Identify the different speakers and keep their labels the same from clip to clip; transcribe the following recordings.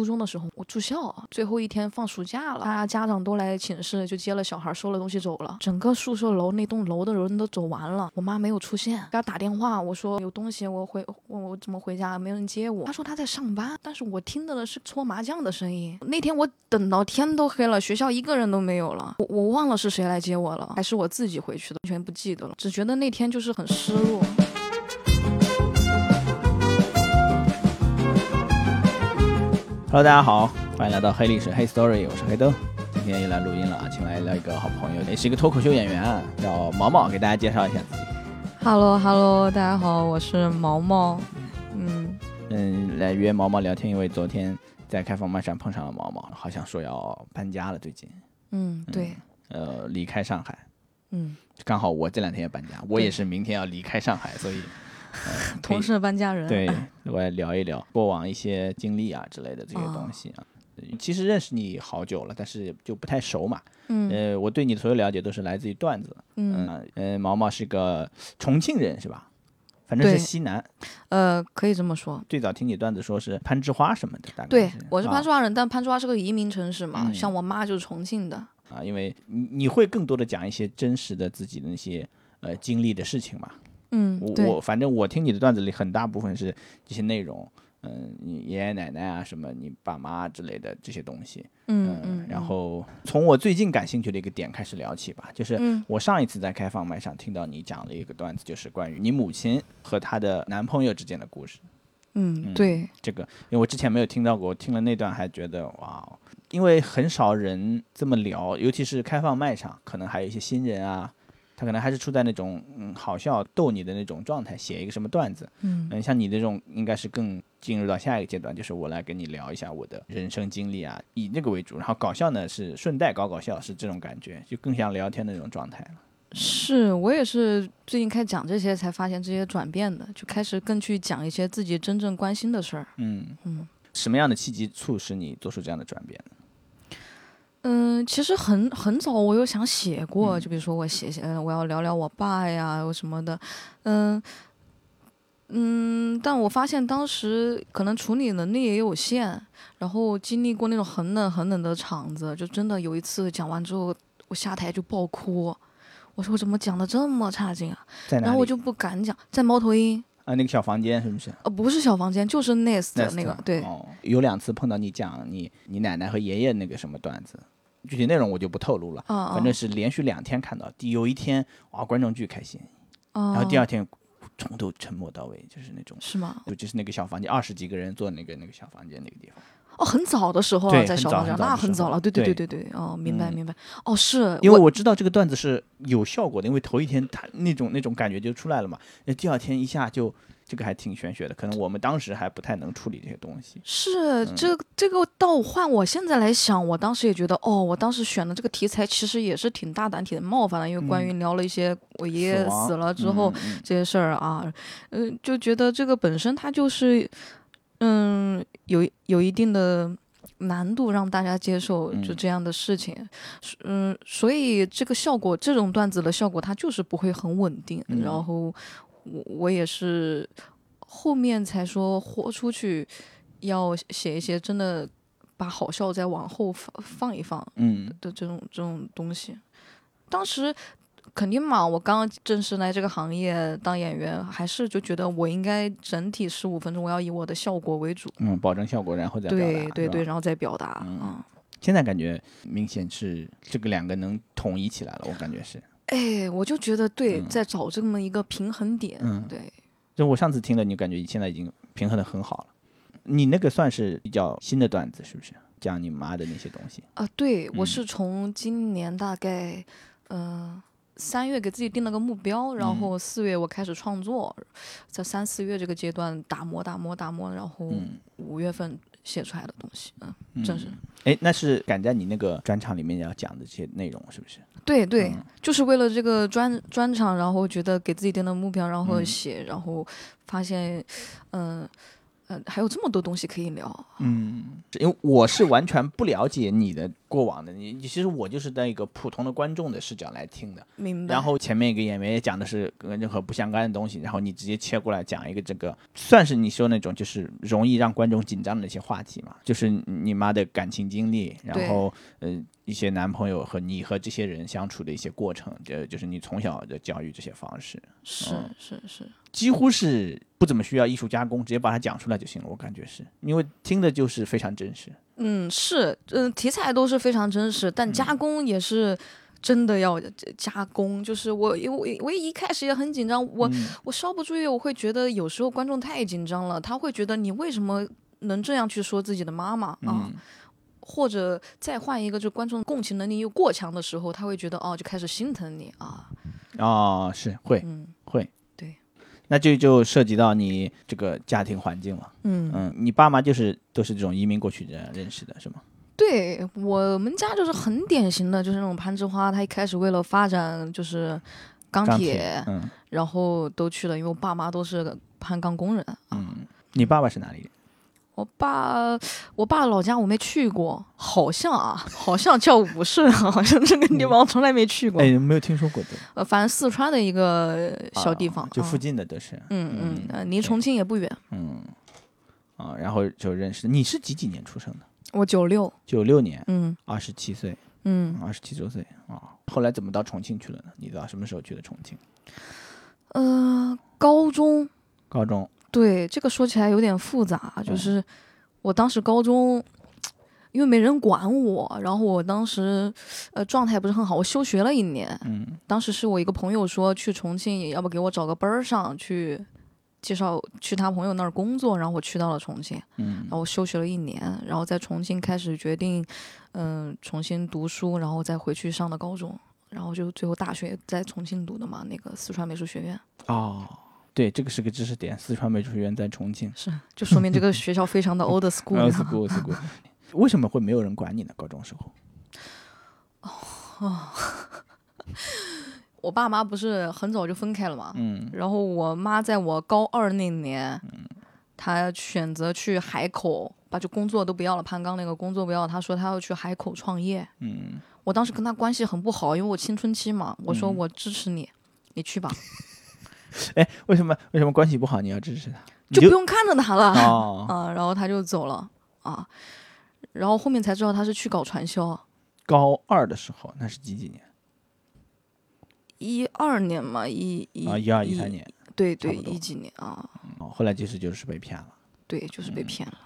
Speaker 1: 初中的时候，我住校，啊最后一天放暑假了，大家家长都来寝室，就接了小孩，收了东西走了。整个宿舍楼那栋楼的人都走完了，我妈没有出现，给她打电话，我说有东西，我回我我怎么回家，没人接我。她说她在上班，但是我听到的是搓麻将的声音。那天我等到天都黑了，学校一个人都没有了，我我忘了是谁来接我了，还是我自己回去的，完全不记得了，只觉得那天就是很失落。
Speaker 2: Hello，大家好，欢迎来到黑历史黑 story，我是黑灯。今天又来录音了啊，请来了一个好朋友，也是一个脱口秀演员啊，叫毛毛，给大家介绍一下自己。
Speaker 1: h e l l o h e l l o 大家好，我是毛毛。嗯，
Speaker 2: 嗯，来约毛毛聊天，因为昨天在开放麦上碰上了毛毛，好像说要搬家了，最近
Speaker 1: 嗯，对，
Speaker 2: 呃离开上海，
Speaker 1: 嗯，
Speaker 2: 刚好我这两天也搬家，我也是明天要离开上海，所以、 呃、可以
Speaker 1: 同事搬家人，
Speaker 2: 对，我来聊一聊过往一些经历啊之类的这些东西
Speaker 1: 哦
Speaker 2: 啊。其实认识你好久了，但是就不太熟嘛。
Speaker 1: 嗯
Speaker 2: 呃，我对你的所有了解都是来自于段子。
Speaker 1: 嗯，
Speaker 2: 嗯呃，毛毛是个重庆人是吧？反正是
Speaker 1: 对
Speaker 2: 西南。
Speaker 1: 呃，可以这么说。
Speaker 2: 最早听你段子说是攀枝花什么的，大概
Speaker 1: 对，我是攀枝
Speaker 2: 花
Speaker 1: 花人，但攀枝花是个移民城市嘛，
Speaker 2: 啊嗯
Speaker 1: 像我妈就是重庆的。
Speaker 2: 啊，因为你你会更多的讲一些真实的自己的那些呃经历的事情嘛。
Speaker 1: 嗯，
Speaker 2: 我
Speaker 1: 对，
Speaker 2: 我反正我听你的段子里很大部分是这些内容，嗯，你爷爷奶奶啊，什么你爸妈之类的这些东西，
Speaker 1: 嗯嗯，
Speaker 2: 呃然后从我最近感兴趣的一个点开始聊起吧，就是
Speaker 1: 嗯
Speaker 2: 我上一次在开放麦上听到你讲了一个段子，就是关于你母亲和她的男朋友之间的故事。
Speaker 1: 嗯，对，
Speaker 2: 这个，因为我之前没有听到过，我听了那段还觉得哇哦，因为很少人这么聊，尤其是开放麦上，可能还有一些新人啊，他可能还是处在那种嗯好笑逗你的那种状态，写一个什么段子，
Speaker 1: 嗯
Speaker 2: 嗯，像你这种应该是更进入到下一个阶段，就是我来跟你聊一下我的人生经历啊，以那个为主，然后搞笑呢是顺带搞搞笑，是这种感觉，就更像聊天的那种状态了。
Speaker 1: 是我也是最近开始讲这些，才发现这些转变的，就开始更去讲一些自己真正关心的事儿。
Speaker 2: 嗯
Speaker 1: 嗯
Speaker 2: 什么样的契机促使你做出这样的转变呢？
Speaker 1: 嗯，其实很很早我有想写过，
Speaker 2: 嗯
Speaker 1: 就比如说我写写，呃我要聊聊我爸呀，我什么的，嗯。嗯，但我发现当时可能处理能力也有限，然后经历过那种很冷很冷的场子，就真的有一次讲完之后，我下台就爆哭，我说我怎么讲的这么差劲啊？
Speaker 2: 在哪里？
Speaker 1: 然后我就不敢讲，在猫头鹰，
Speaker 2: 啊，那个小房间是不是？
Speaker 1: 呃，不是小房间，就是 Nest 的那个，
Speaker 2: Nest，
Speaker 1: 对，
Speaker 2: 哦，有两次碰到你讲你你奶奶和爷爷那个什么段子，具体内容我就不透露了。
Speaker 1: 啊啊，
Speaker 2: 哦反正是连续两天看到，第有一天哇，观众巨开心，
Speaker 1: 啊，
Speaker 2: 然后第二天从头沉默到尾，就是那种，
Speaker 1: 是吗？
Speaker 2: 尤其是那个小房间，二十几个人坐那个那个小房间那个地方。
Speaker 1: 哦，很早的时候
Speaker 2: 对
Speaker 1: 了，在
Speaker 2: 很
Speaker 1: 小
Speaker 2: 早
Speaker 1: 黄
Speaker 2: 很
Speaker 1: 家，
Speaker 2: 早
Speaker 1: 那
Speaker 2: 的
Speaker 1: 很
Speaker 2: 时
Speaker 1: 早
Speaker 2: 候
Speaker 1: 了，对对
Speaker 2: 对
Speaker 1: 对对对，哦，明白
Speaker 2: 嗯
Speaker 1: 明白，哦，是
Speaker 2: 因为
Speaker 1: 我
Speaker 2: 我知道这个段子是有效果的，因为头一天他那种那种感觉就出来了嘛，那第二天一下就这个还挺玄学的，可能我们当时还不太能处理这些东西。
Speaker 1: 是
Speaker 2: 嗯
Speaker 1: 这这个到换我现在来想，我当时也觉得，哦，我当时选的这个题材其实也是挺大胆、挺冒犯的，因为关于聊了一些我爷爷
Speaker 2: 嗯亡
Speaker 1: 死了之后
Speaker 2: 嗯，嗯
Speaker 1: 这些事儿啊，嗯、就觉得这个本身它就是，嗯，有有一定的难度让大家接受，就
Speaker 2: 嗯
Speaker 1: 这样的事情，是嗯，所以这个效果，这种段子的效果，它就是不会很稳定。
Speaker 2: 嗯
Speaker 1: 然后我我也是后面才说豁出去，要写一些真的把好笑再往后放放一放，
Speaker 2: 嗯嗯
Speaker 1: 的这种这种东西。当时肯定嘛，我刚正式来这个行业当演员，还是就觉得我应该整体十五分钟，我要以我的效果为主。
Speaker 2: 嗯，保证效果，然后再表达
Speaker 1: 对对
Speaker 2: 是吧
Speaker 1: 对，然后再表达。
Speaker 2: 嗯
Speaker 1: 嗯，
Speaker 2: 现在感觉明显是这个两个能统一起来了，我感觉是。
Speaker 1: 哎，我就觉得对，
Speaker 2: 嗯
Speaker 1: 在找这么一个平衡点。
Speaker 2: 嗯
Speaker 1: 对，
Speaker 2: 就我上次听了，你感觉现在已经平衡的很好了。你那个算是比较新的段子，是不是？讲你妈的那些东西。
Speaker 1: 啊，对我
Speaker 2: 嗯
Speaker 1: 是从今年大概，嗯。三月给自己定了个目标，然
Speaker 2: 嗯
Speaker 1: 后四月我开始创作，在三四月这个阶段打磨打磨打磨，然后
Speaker 2: 嗯，
Speaker 1: 五月份写出来的东西，嗯，
Speaker 2: 嗯
Speaker 1: 真是。
Speaker 2: 哎，那是赶在你那个专场里面要讲的这些内容，是不是？
Speaker 1: 对对，
Speaker 2: 嗯
Speaker 1: 就是为了这个专专场，然后觉得给自己定的目标，然后
Speaker 2: 嗯
Speaker 1: 写，然后发现，嗯、呃，还有这么多东西可以聊。
Speaker 2: 嗯，因为我是完全不了解你的过往的你，你其实我就是在一个普通的观众的视角来听的，
Speaker 3: 明白。
Speaker 2: 然后前面一个演员也讲的是跟任何不相干的东西，然后你直接切过来讲一个这个，算是你说那种就是容易让观众紧张的一些话题嘛，就是你妈的感情经历，
Speaker 1: 对
Speaker 2: 然后呃一些男朋友和你和这些人相处的一些过程，这就是你从小的教育这些方式，
Speaker 1: 是
Speaker 2: 嗯
Speaker 1: 是是，
Speaker 2: 几乎是不怎么需要艺术加工，直接把它讲出来就行了。我感觉是因为听的就是非常真实，
Speaker 1: 嗯是，嗯、题材都是非常真实，但
Speaker 2: 嗯
Speaker 1: 加工也是。真的要加工，就是我，因为我我一开始也很紧张，我、
Speaker 2: 嗯
Speaker 1: 我稍不注意，我会觉得有时候观众太紧张了，他会觉得你为什么能这样去说自己的妈妈啊？
Speaker 2: 嗯
Speaker 1: 或者再换一个，就观众共情能力又过强的时候，他会觉得哦，就开始心疼你啊，
Speaker 2: 哦是会
Speaker 1: 嗯
Speaker 2: 会
Speaker 1: 对，
Speaker 2: 那就就涉及到你这个家庭环境了。
Speaker 1: 嗯，
Speaker 2: 嗯，你爸妈就是都是这种移民过去人认识的，是吗？
Speaker 1: 对我们家就是很典型的，就是那种攀枝花，他一开始为了发展就是钢铁，
Speaker 2: 钢铁，嗯
Speaker 1: 然后都去了，因为我爸妈都是攀钢工人啊。
Speaker 2: 嗯，你爸爸是哪里人？
Speaker 1: 我爸，我爸老家我没去过，好像啊，好像叫武顺，啊好像这个地方从来没去过。
Speaker 2: 嗯哎，没有听说过的
Speaker 1: 呃，反正四川的一个小地方，
Speaker 2: 啊就附
Speaker 1: 近。
Speaker 2: 近的都是，
Speaker 1: 嗯嗯
Speaker 2: 嗯，
Speaker 1: 呃，离重庆也不远。
Speaker 2: 嗯啊，然后就认识。你是几几年出生的？
Speaker 1: 我九六，
Speaker 2: 九六年，
Speaker 1: 嗯
Speaker 2: 二十七岁，
Speaker 1: 嗯
Speaker 2: 二十七周岁啊。后来怎么到重庆去了呢？你到什么时候去的重庆？
Speaker 1: 呃，高中
Speaker 2: 高中
Speaker 1: 对这个说起来有点复杂，啊就
Speaker 2: 嗯
Speaker 1: 是我当时高中。因为没人管我，然后我当时，呃，状态不是很好，我休学了一年。
Speaker 2: 嗯，
Speaker 1: 当时是我一个朋友说去重庆，要不给我找个班儿上去，介绍去他朋友那儿工作，然后我去到了重庆。
Speaker 2: 嗯
Speaker 1: 然后休学了一年，然后在重庆开始决定，嗯、重新读书，然后再回去上的高中，然后就最后大学在重庆读的嘛，那个四川美术学院
Speaker 2: 哦，对，这个是个知识点。四川美术学院在重庆
Speaker 1: 是，就说明这 个学校非常的 old school
Speaker 2: ，old
Speaker 1: 呢
Speaker 2: school school。为 什么会没有人管你呢？高中时候，
Speaker 1: 我爸妈不是很早就分开了嘛，
Speaker 2: 嗯
Speaker 1: 然后我妈在我高二那年，她选择去海口，把就工作都不要了，攀钢那个工作不要了，她说她要去海口创业。
Speaker 2: 嗯，
Speaker 1: 我当时跟她关系很不好，因为我青春期嘛，我说
Speaker 2: 嗯
Speaker 1: 我支持你，你去吧，
Speaker 2: 哎，为什么为什么关系不好你要支持他？你
Speaker 1: 就不用看着他了。
Speaker 2: 哦，
Speaker 1: 啊，然后他就走了啊，然后后面才知道他是去搞传销，
Speaker 2: 高二的时候，那是几几年
Speaker 1: 一二年嘛，一一
Speaker 2: 啊？一二一三，年。
Speaker 1: 对
Speaker 2: 差
Speaker 1: 对，
Speaker 2: 不多
Speaker 1: 一几年啊，
Speaker 2: 哦，后来就是就是被骗了。
Speaker 1: 对，就是
Speaker 2: 嗯
Speaker 1: 被骗了，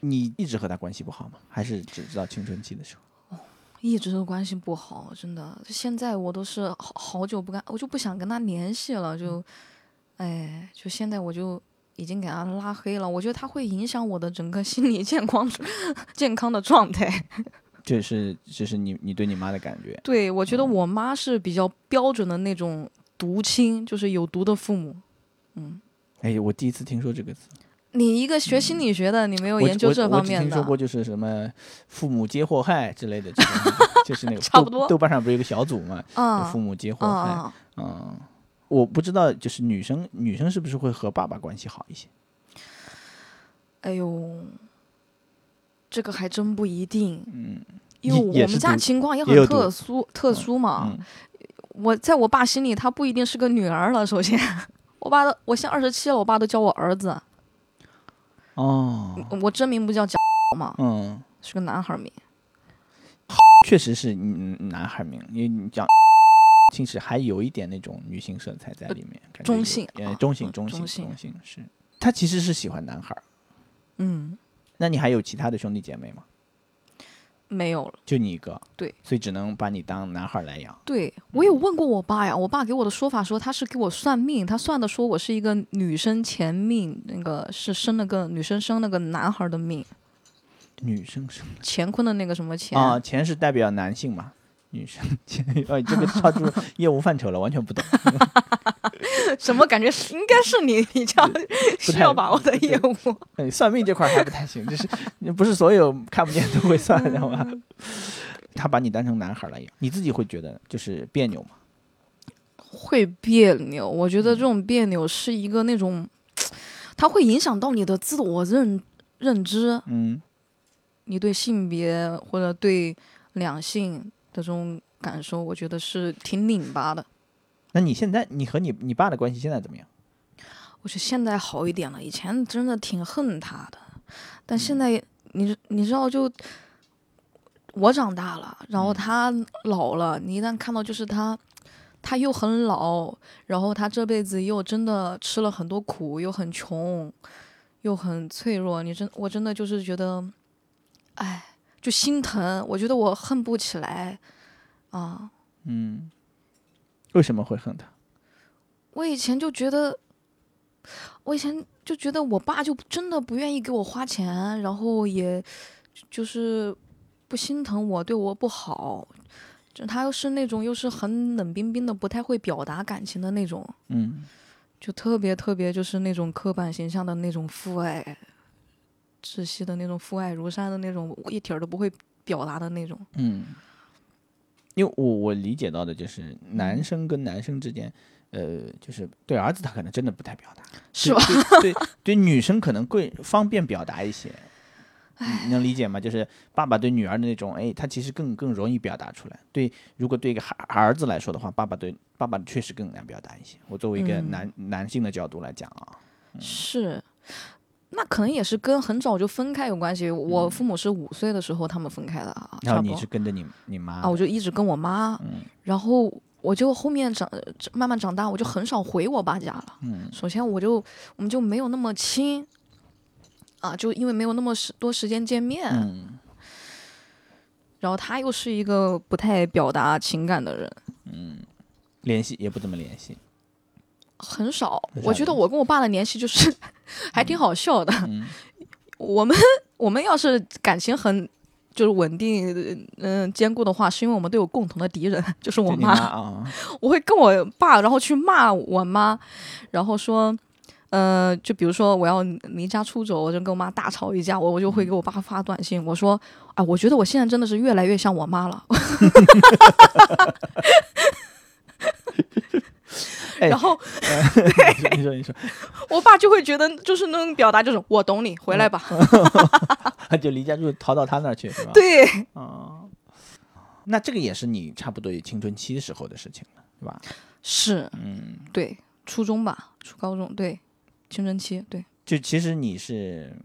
Speaker 2: 你一直和他关系不好吗？还是只知道青春期的时候？
Speaker 1: 一直都关系不好，真的，现在我都是好好久不跟，我就不想跟他联系了，就，哎，就现在我就。已经给他拉黑了，我觉得他会影响我的整个心理健康 健康的状态。
Speaker 2: 这是这是你你对你妈的感觉。
Speaker 1: 对，我觉得我妈是比较标准的那种毒亲，就是有毒的父母。
Speaker 2: 哎，我第一次听说这个词，
Speaker 1: 你一个学心理学的，你没有
Speaker 2: 我
Speaker 1: 研究
Speaker 2: 我
Speaker 1: 这
Speaker 2: 我
Speaker 1: 方
Speaker 2: 只
Speaker 1: 面
Speaker 2: 听说
Speaker 1: 的
Speaker 2: 过就是什么父母皆祸害之类的这种，就是那个
Speaker 1: 差
Speaker 2: 豆
Speaker 1: 不多
Speaker 2: 豆瓣上不是有个小组嘛，有
Speaker 1: 啊
Speaker 2: 父母皆
Speaker 1: 啊
Speaker 2: 祸害。
Speaker 1: 啊！
Speaker 2: 嗯，我不知道，就是女生女生是不是会和爸爸关系好一些？
Speaker 1: 哎呦，这个还真不一定，
Speaker 2: 嗯
Speaker 1: 因为
Speaker 2: 也
Speaker 1: 我
Speaker 2: 也
Speaker 1: 们
Speaker 2: 是
Speaker 1: 家
Speaker 2: 毒
Speaker 1: 情况也
Speaker 2: 也
Speaker 1: 很
Speaker 2: 有毒
Speaker 1: 特殊，特殊嘛。
Speaker 2: 嗯，
Speaker 1: 我在我爸心里，他不一定是个女儿了。首先，我爸都，我现在二十七了，我爸都叫我儿子，
Speaker 2: 哦，
Speaker 1: 我真名不叫贾嘛，
Speaker 2: 嗯。
Speaker 1: 是个男孩名。
Speaker 2: 确实是嗯男孩名，因为你讲其实还有一点那种女性色彩在里面，
Speaker 1: 呃
Speaker 2: 感觉
Speaker 1: 中
Speaker 2: 有
Speaker 1: 性
Speaker 2: 呃
Speaker 1: 啊，
Speaker 2: 中性，
Speaker 1: 嗯
Speaker 2: 中性，
Speaker 1: 中性
Speaker 2: 中性是。他其实是喜欢男孩儿。
Speaker 1: 嗯，
Speaker 2: 那你还有其他的兄弟姐妹吗？
Speaker 1: 没有了。
Speaker 2: 就你一个，
Speaker 1: 对，
Speaker 2: 所以只能把你当男孩儿来养。
Speaker 1: 对我
Speaker 2: 嗯
Speaker 1: 有问过我爸呀，我爸给我的说法说他是给我算命，他算的说我是一个女生前命，那个是生了个女生生了个男孩的命。
Speaker 2: 女生是
Speaker 1: 乾坤的那个什么钱
Speaker 2: 啊，钱是代表男性嘛？女生 钱，哎，这个 超出业务范畴了，完全不懂，
Speaker 1: 什么感觉是应该是你 比较需要把握的业务。
Speaker 2: 哎 算命这块儿还不太行，就是不是所有看不见都会算，知道吗？ 他把你当成男孩儿来养，你自己会觉得就是别扭吗？
Speaker 1: 会别扭，我觉得这种别扭是一个那种，它会影响到你的自我认认知。
Speaker 2: 嗯
Speaker 1: 你对性别或者对两性的这种感受，我觉得是挺拧巴的。
Speaker 2: 那你现在你和你你爸的关系现在怎么样？
Speaker 1: 我觉得现在好一点了，以前真的挺恨他的，但现在你你知道就。我长大了，然后
Speaker 2: 嗯
Speaker 1: 他老了。你一旦看到就是他，他又很老，然后他这辈子又真的吃了很多苦，又很穷，又很脆弱。你真我真的就是觉得，哎，就心疼。我觉得我恨不起来啊。
Speaker 2: 嗯，为什么会恨他？
Speaker 1: 我以前就觉得，我以前就觉得我爸就真的不愿意给我花钱，然后也就是不心疼我，对我不好。就他又是那种又是很冷冰冰的，不太会表达感情的那种，
Speaker 2: 嗯，
Speaker 1: 就特别特别就是那种刻板形象的那种父爱，窒息的那种父爱如山的那种，一点儿都不会表达的那种。
Speaker 2: 嗯，因为我我理解到的就是男生跟男生之间，呃，就是对儿子他可能真的不太表达，
Speaker 1: 是吧？
Speaker 2: 对 对对，女生可能更方便表达一些，你能理解吗？就是爸爸对女儿的那种，哎，他其实更更容易表达出来。对，如果对一个孩儿子来说的话，爸爸对爸爸确实更难表达一些。我作为一个
Speaker 1: 嗯哦
Speaker 2: 男、男性的角度来讲啊，
Speaker 1: 是，那可能也是跟很早就分开有关系。我父母是五岁的时候他们分开的啊，
Speaker 2: 嗯然
Speaker 1: 差
Speaker 2: 后
Speaker 1: 不
Speaker 2: 你
Speaker 1: 多
Speaker 2: 是跟着你你妈
Speaker 1: 啊，我就
Speaker 2: 的，
Speaker 1: 一直跟我妈，
Speaker 2: 嗯
Speaker 1: 然后我就后面长慢慢长大，我就很少回我爸家了。
Speaker 2: 嗯
Speaker 1: 首先我就我们就没有那么亲啊，就因为没有那么时多时间见面，
Speaker 2: 嗯
Speaker 1: 然后他又是一个不太表达情感的人。
Speaker 2: 嗯，联系也不怎么联系。
Speaker 1: 很少
Speaker 2: 很，少
Speaker 1: 我觉得
Speaker 2: 的
Speaker 1: 我跟我爸的联系就是 还挺好笑的。
Speaker 2: 嗯
Speaker 1: 我们我们要是感情很就是稳定，嗯、坚固的话，是因为我们都有共同的敌人，就是我
Speaker 2: 就你
Speaker 1: 妈。
Speaker 2: 啊，
Speaker 1: 我会跟我爸，然后去骂我妈，然后说。呃，就比如说我要离家出走，我就跟我妈大吵一架，我我就会给我爸发短信，我说啊，我觉得我现在真的是越来越像我妈了。
Speaker 2: 哎
Speaker 1: 然后
Speaker 2: 你说你说，
Speaker 1: 我爸就会觉得，就是那种表达，就是我懂你，回来吧。
Speaker 2: 嗯就离家出走逃到他那儿去是吧？
Speaker 1: 对，
Speaker 2: 啊，那这个也是你差不多也青春期时候的事情了，对吧？
Speaker 1: 是
Speaker 2: 嗯，
Speaker 1: 对，初中吧，初高中，对，青春期，对，
Speaker 2: 就其实你是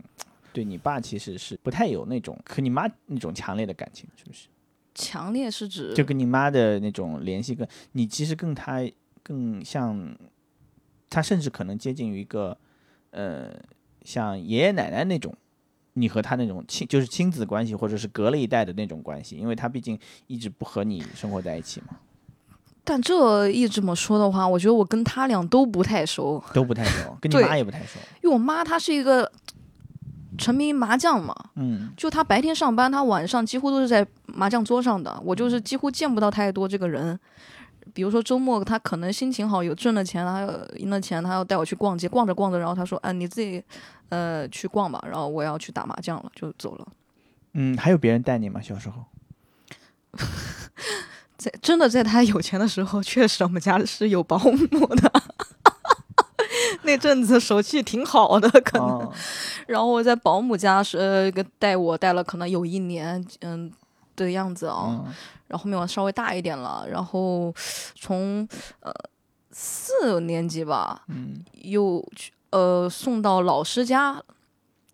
Speaker 2: 对你爸其实是不太有那种和你妈那种强烈的感情，是不是？
Speaker 1: 强烈是指
Speaker 2: 就跟你妈的那种联系更，你其实更他更像，他甚至可能接近于一个呃像爷爷奶奶那种。你和他那种亲就是亲子关系，或者是隔了一代的那种关系，因为他毕竟一直不和你生活在一起嘛，
Speaker 1: 但这一这么说的话，我觉得我跟他俩都不太熟，
Speaker 2: 都不太熟，跟你
Speaker 1: 对
Speaker 2: 妈也不太熟。
Speaker 1: 因为我妈她是一个沉迷麻将嘛，
Speaker 2: 嗯
Speaker 1: 就她白天上班，她晚上几乎都是在麻将桌上的，我就是几乎见不到太多这个人。比如说周末，她可能心情好，有挣了钱，她要赢了钱，她要带我去逛街，逛着逛着，然后她说：“嗯、你自己呃去逛吧。”然后我要去打麻将了，就走了。
Speaker 2: 嗯，还有别人带你吗？小时候？
Speaker 1: 在真的在他有钱的时候，确实我们家是有保姆的。 那阵子手气挺好的，可能。
Speaker 2: 哦
Speaker 1: 然后我在保姆家是、呃、跟带我带了可能有一年，嗯的样子啊、
Speaker 2: 嗯
Speaker 1: 然后后面我稍微大一点了，然后从呃四年级吧，
Speaker 2: 嗯
Speaker 1: 又去呃送到老师家，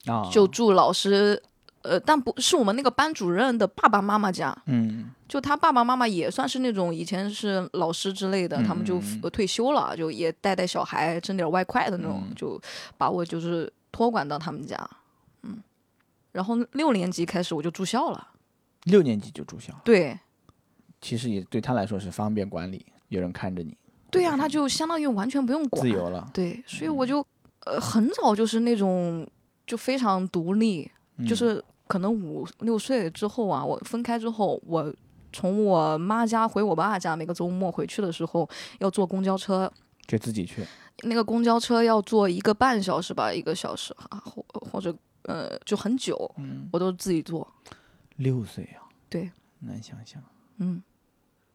Speaker 2: 啊，
Speaker 1: 就住老师。呃，但不是我们那个班主任的爸爸妈妈家，
Speaker 2: 嗯
Speaker 1: 就他爸爸妈妈也算是那种以前是老师之类的，
Speaker 2: 嗯
Speaker 1: 他们就
Speaker 2: 嗯嗯
Speaker 1: 呃退休了，就也带带小孩，挣点外快的那种，
Speaker 2: 嗯
Speaker 1: 就把我就是托管到他们家，嗯。然后六年级开始我就住校了，
Speaker 2: 六年级就住校，
Speaker 1: 对
Speaker 2: 其实也对他来说是方便管理，有人看着你，
Speaker 1: 对呀、他就相当于完全不用管，
Speaker 2: 自由嗯了，
Speaker 1: 对，所以我就呃很早就是那种就非常独立，
Speaker 2: 嗯
Speaker 1: 就是可能五六岁之后啊，我分开之后，我从我妈家回我爸家，每个周末回去的时候要坐公交车，
Speaker 2: 就自己去，
Speaker 1: 那个公交车要坐一个半小时吧，一个小时啊，或或者呃就很久，
Speaker 2: 嗯，
Speaker 1: 我都自己坐。
Speaker 2: 六岁啊，
Speaker 1: 对，
Speaker 2: 难想象，
Speaker 1: 嗯，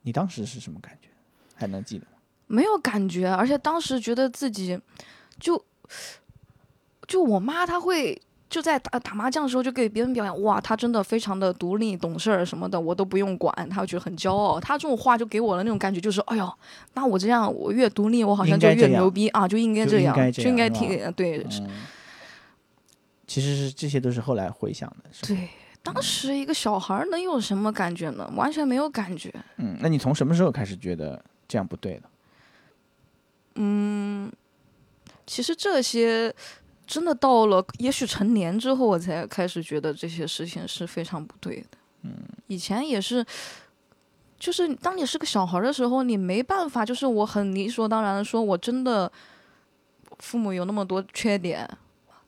Speaker 2: 你当时是什么感觉？还能记得吗？
Speaker 1: 没有感觉，而且当时觉得自己就就我妈她会就在打打麻将的时候就给别人表演，哇，他真的非常的独立、懂事儿什么的，我都不用管，他会觉得很骄傲。他这种话就给我的那种感觉就是，哎呦，那我这样我越独立，我好像就
Speaker 2: 应该
Speaker 1: 越
Speaker 2: 这样
Speaker 1: 牛逼啊，就应该
Speaker 2: 就
Speaker 1: 这
Speaker 2: 应
Speaker 1: 样，
Speaker 2: 该这
Speaker 1: 就应该
Speaker 2: 样是吧
Speaker 1: 挺对
Speaker 2: 嗯，其实是这些都是后来回想的，是吧
Speaker 1: 对。当时一个小孩儿能有什么感觉呢？完全没有感觉。
Speaker 2: 嗯，那你从什么时候开始觉得这样不对的？
Speaker 1: 其实这些真的到了，也许成年之后，我才开始觉得这些事情是非常不对的。嗯，以前也是，就是当你是个小孩儿的时候，你没办法，就是我很理所当然的说，我真的父母有那么多缺点，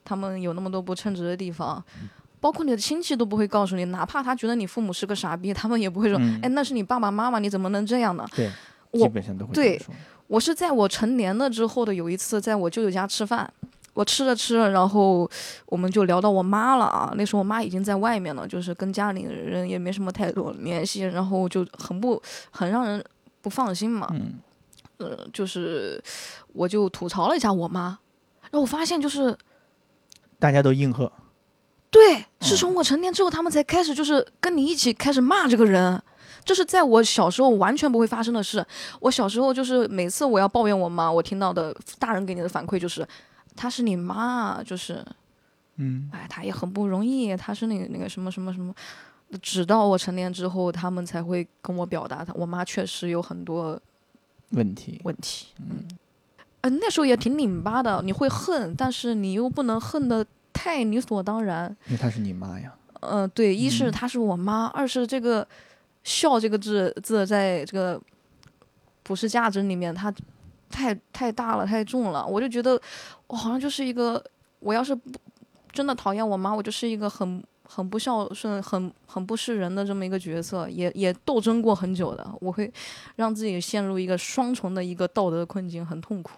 Speaker 1: 他们有那么多不称职的地方。包括你的亲戚都不会告诉你，哪怕他觉得你父母是个傻逼，他们也不会说：“哎，那是你爸爸妈妈，你怎么能这样呢？”
Speaker 2: 对，基
Speaker 1: 我
Speaker 2: 本上都会这
Speaker 1: 对
Speaker 2: 么说。
Speaker 1: 我是在我成年了之后的有一次，在我舅舅家吃饭，我吃着吃着，然后我们就聊到我妈了啊。那时候我妈已经在外面了，就是跟家里人也没什么太多联系，然后就很不很让人不放心嘛。
Speaker 2: 嗯，
Speaker 1: 呃，就是我就吐槽了一下我妈，然后我发现就是
Speaker 2: 大家都应和，
Speaker 1: 对，是从我成年之后，他们才开始就是跟你一起开始骂这个人。这是在我小时候完全不会发生的事。我小时候就是每次我要抱怨我妈，我听到的大人给你的反馈就是，她是你妈，就是，
Speaker 2: 嗯，
Speaker 1: 哎，她也很不容易，她是那个那个什么什么什么。直到我成年之后，他们才会跟我表达，她我妈确实有很多
Speaker 2: 问题，
Speaker 1: 问题。嗯，呃，那时候也挺拧巴的，你会恨，但是你又不能恨的太理所当然。
Speaker 2: 因为她是你妈呀。
Speaker 1: 呃，对，一是
Speaker 2: 嗯
Speaker 1: 她是我妈，二是这个“孝”这个字字在这个普世价值里面，它太太大了，太重了。我就觉得我好像就是一个，我要是不真的讨厌我妈，我就是一个很很不孝顺、很很不是人的这么一个角色，也也斗争过很久的。我会让自己陷入一个双重的一个道德困境，很痛苦。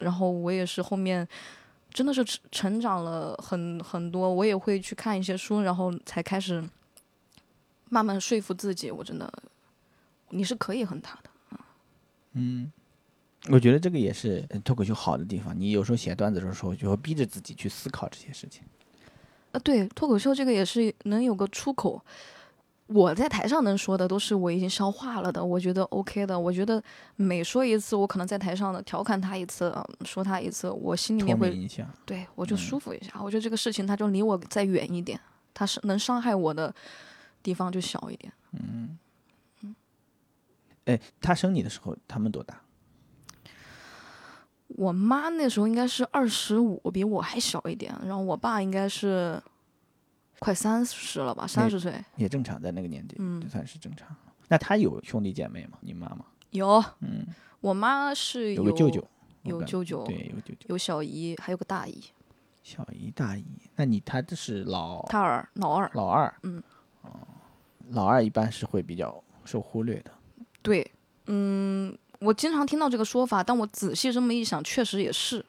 Speaker 1: 然后我也是后面真的是成成长了很很多，我也会去看一些书，然后才开始慢慢说服自己，我真的你是可以恨他的。
Speaker 2: 我觉得这个也是呃脱口秀好的地方。你有时候写段子的时候，就会逼着自己去思考这些事情。
Speaker 1: 啊，对，脱口秀这个也是能有个出口。我在台上能说的都是我已经消化了的，我觉得 OK 的。我觉得每说一次，我可能在台上的调侃他一次，嗯说他一次，我心里
Speaker 2: 脱
Speaker 1: 面会
Speaker 2: 敏一下，
Speaker 1: 对我就舒服一下。我觉得这个事情它就离我再远一点，它是能伤害我的地方就小一点。
Speaker 2: 哎，她生你的时候，他们多大？
Speaker 1: 我妈那时候应该是二十五，比我还小一点，然后我爸应该是快三十了吧，三十岁。
Speaker 2: 也正常，在那个年纪，
Speaker 1: 嗯
Speaker 2: 就算是正常。那她有兄弟姐妹吗？你妈妈
Speaker 1: 有，
Speaker 2: 嗯
Speaker 1: 我妈是
Speaker 2: 有个舅舅，我
Speaker 1: 有
Speaker 2: 感
Speaker 1: 舅舅，
Speaker 2: 对，有舅舅，
Speaker 1: 有小姨，还有个大姨，
Speaker 2: 小姨、大姨。那你她这是老
Speaker 1: 大儿、老二。
Speaker 2: 老二，
Speaker 1: 嗯，
Speaker 2: 哦，老二一般是会比较受忽略的。
Speaker 1: 对，嗯，我经常听到这个说法，但我仔细这么一想，确实也是。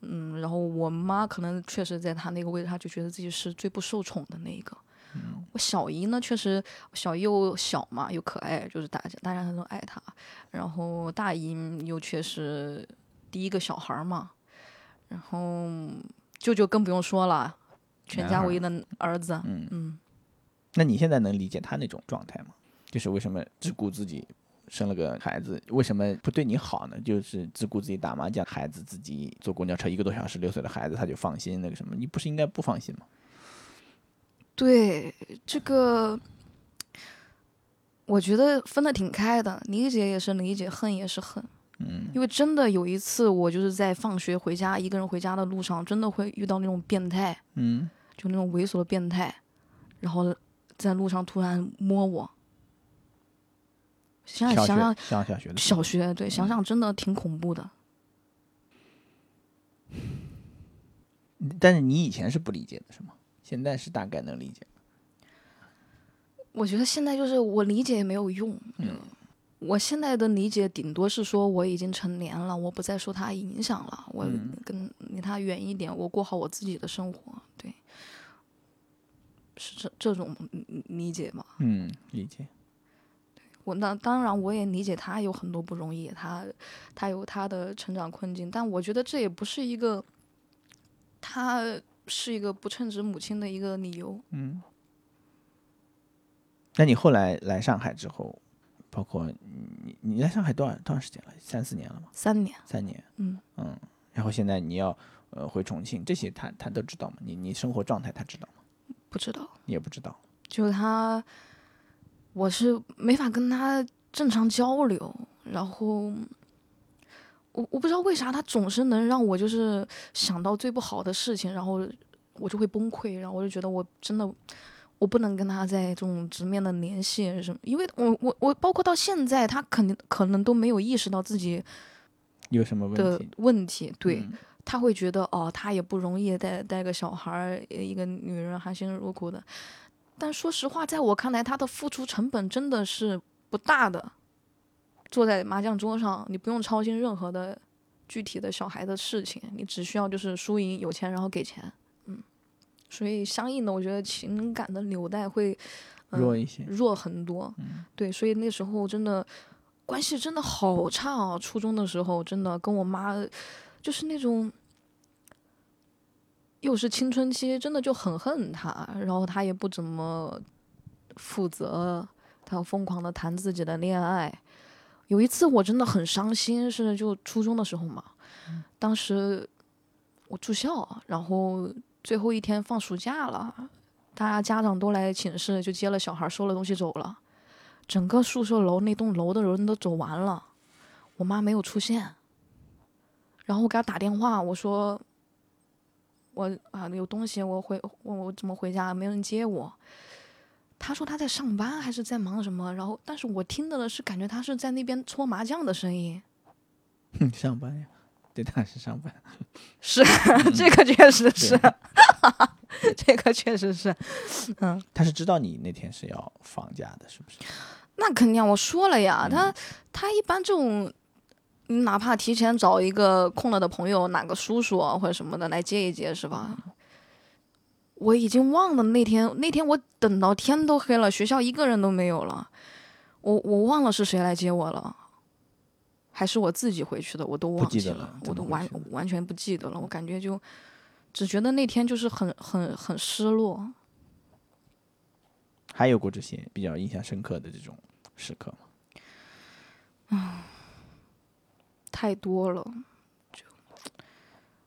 Speaker 1: 嗯，然后我妈可能确实在她那个位置，她就觉得自己是最不受宠的那一个。
Speaker 2: 嗯
Speaker 1: 我小姨呢，确实小姨又小嘛，又可爱，就是大家大家都爱她。然后大姨又确实第一个小孩儿嘛，然后舅舅更不用说了，全
Speaker 2: 男
Speaker 1: 家
Speaker 2: 孩
Speaker 1: 唯
Speaker 2: 儿
Speaker 1: 一的儿子。
Speaker 2: 嗯
Speaker 1: 嗯，
Speaker 2: 那你现在能理解她那种状态吗？就是为什么只顾自己生了个孩子，为什么不对你好呢？就是只顾自己打麻将，孩子自己坐公交车一个多小时，六岁的孩子他就放心那个什么，你不是应该不放心吗？
Speaker 1: 对这个，我觉得分得挺开的，理解也是理解，恨也是恨。
Speaker 2: 嗯，
Speaker 1: 因为真的有一次，我就是在放学回家，一个人回家的路上，真的会遇到那种变态，
Speaker 2: 嗯，
Speaker 1: 就那种猥琐的变态，然后在路上突然摸我。想
Speaker 2: 小
Speaker 1: 想想想
Speaker 2: 学，上小学的时
Speaker 1: 小
Speaker 2: 候
Speaker 1: 学对，想想真的挺恐怖的。
Speaker 2: 但是你以前是不理解的，是吗？现在是大概能理解。
Speaker 1: 我觉得现在就是我理解也没有用。嗯，我现在的理解顶多是说我已经成年了，我不再受他影响了，我跟离他远一点，我过好我自己的生活。对，是这这种嗯理解吧？
Speaker 2: 嗯，理解。
Speaker 1: 我那当然我也理解他有很多不容易，他他有他的成长困境，但我觉得这也不是一个他是一个不称职母亲的一个理由。
Speaker 2: 那你后来来上海之后，包括你你来上海多少多长时间了？三四年了吗？
Speaker 1: 三年，
Speaker 2: 三年。
Speaker 1: 嗯
Speaker 2: 然后现在你要呃回重庆，这些他他都知道吗？你你生活状态他知道吗？
Speaker 1: 不知道，
Speaker 2: 你也不知道。
Speaker 1: 就他，我是没法跟他正常交流，然后。我我不知道为啥他总是能让我就是想到最不好的事情，然后我就会崩溃，然后我就觉得我真的我不能跟他在这种直面的联系什么，因为我我我包括到现在，他肯定可能都没有意识到自己
Speaker 2: 有什么问
Speaker 1: 的
Speaker 2: 题？
Speaker 1: 问题，对，
Speaker 2: 嗯
Speaker 1: 他会觉得哦，他也不容易带带个小孩儿，一个女人含辛茹苦的。但说实话，在我看来，他的付出成本真的是不大的。坐在麻将桌上，你不用操心任何的具体的小孩的事情，你只需要就是输赢有钱，然后给钱，嗯。所以相应的，我觉得情感的纽带会、呃、
Speaker 2: 弱一些。
Speaker 1: 弱很多。对，所以那时候真的关系真的好差哦。初中的时候，真的跟我妈就是那种，又是青春期，真的就很恨她，然后她也不怎么负责，她疯狂的谈自己的恋爱。有一次我真的很伤心，是就初中的时候嘛，当时我住校，然后最后一天放暑假了，大家家长都来寝室，就接了小孩，收了东西走了。整个宿舍楼那栋楼的人都走完了，我妈没有出现。然后我给她打电话，我说我啊有东西，我回我我怎么回家？没人接我。她说她在上班还是在忙什么？然后但是我听到的是感觉她是在那边搓麻将的声音。嗯
Speaker 2: 上班呀，对，他是上班。
Speaker 1: 是，这个确实 是啊
Speaker 2: 对，
Speaker 1: 这个确实是。
Speaker 2: 他是知道你那天是要放假的，是不是？
Speaker 1: 那肯定啊，我说了呀，
Speaker 2: 嗯
Speaker 1: 他他一般这种，你哪怕提前找一个空了的朋友，哪个叔叔啊或者什么的来接一接，是吧？
Speaker 2: 嗯
Speaker 1: 我已经忘了那天，那天我等到天都黑了，学校一个人都没有了，我我忘了是谁来接我了，还是我自己回去的，我都忘
Speaker 2: 不记
Speaker 1: 记
Speaker 2: 得了
Speaker 1: 我
Speaker 2: 怎
Speaker 1: 都
Speaker 2: 么
Speaker 1: 完
Speaker 2: 回去的
Speaker 1: 完全不记得了，我感觉就只觉得那天就是很很很失落，
Speaker 2: 还有过这些比较印象深刻的这种时刻吗？
Speaker 1: 太多了，就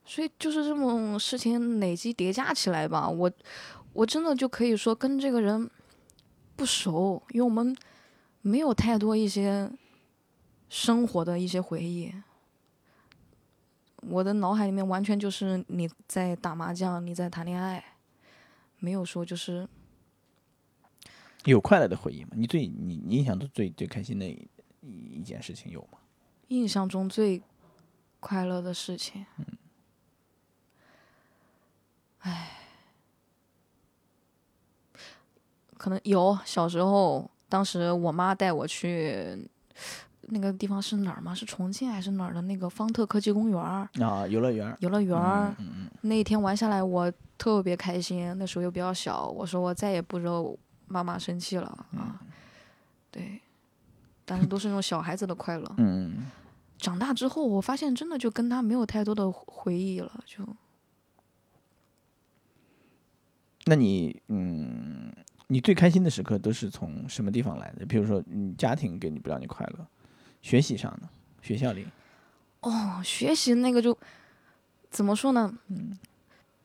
Speaker 1: 所以就是这种事情累积叠加起来吧。我我真的就可以说跟这个人不熟，因为我们没有太多一些生活的一些回忆。我的脑海里面完全就是你在打麻将，你在谈恋爱，没有说就是
Speaker 2: 有快乐的回忆吗？你最你你印象中最最开心的一一件事情有吗？
Speaker 1: 印象中最快乐的事情。哎，可能有小时候，当时我妈带我去那个地方是哪儿吗？是重庆还是哪儿的那个方特科技公园儿
Speaker 2: 啊，游乐园儿。
Speaker 1: 游乐园儿？
Speaker 2: 嗯嗯
Speaker 1: 那一天玩下来，我特别开心。那时候又比较小，我说我再也不惹妈妈生气了
Speaker 2: 嗯
Speaker 1: 啊。对，但是都是那种小孩子的快乐。
Speaker 2: 嗯嗯，
Speaker 1: 长大之后，我发现真的就跟他没有太多的回忆了，就
Speaker 2: 那你嗯，你最开心的时刻都是从什么地方来的？比如说，你家庭给你不让你快乐，学习上呢？学校里
Speaker 1: 哦，学习那个就怎么说呢？嗯，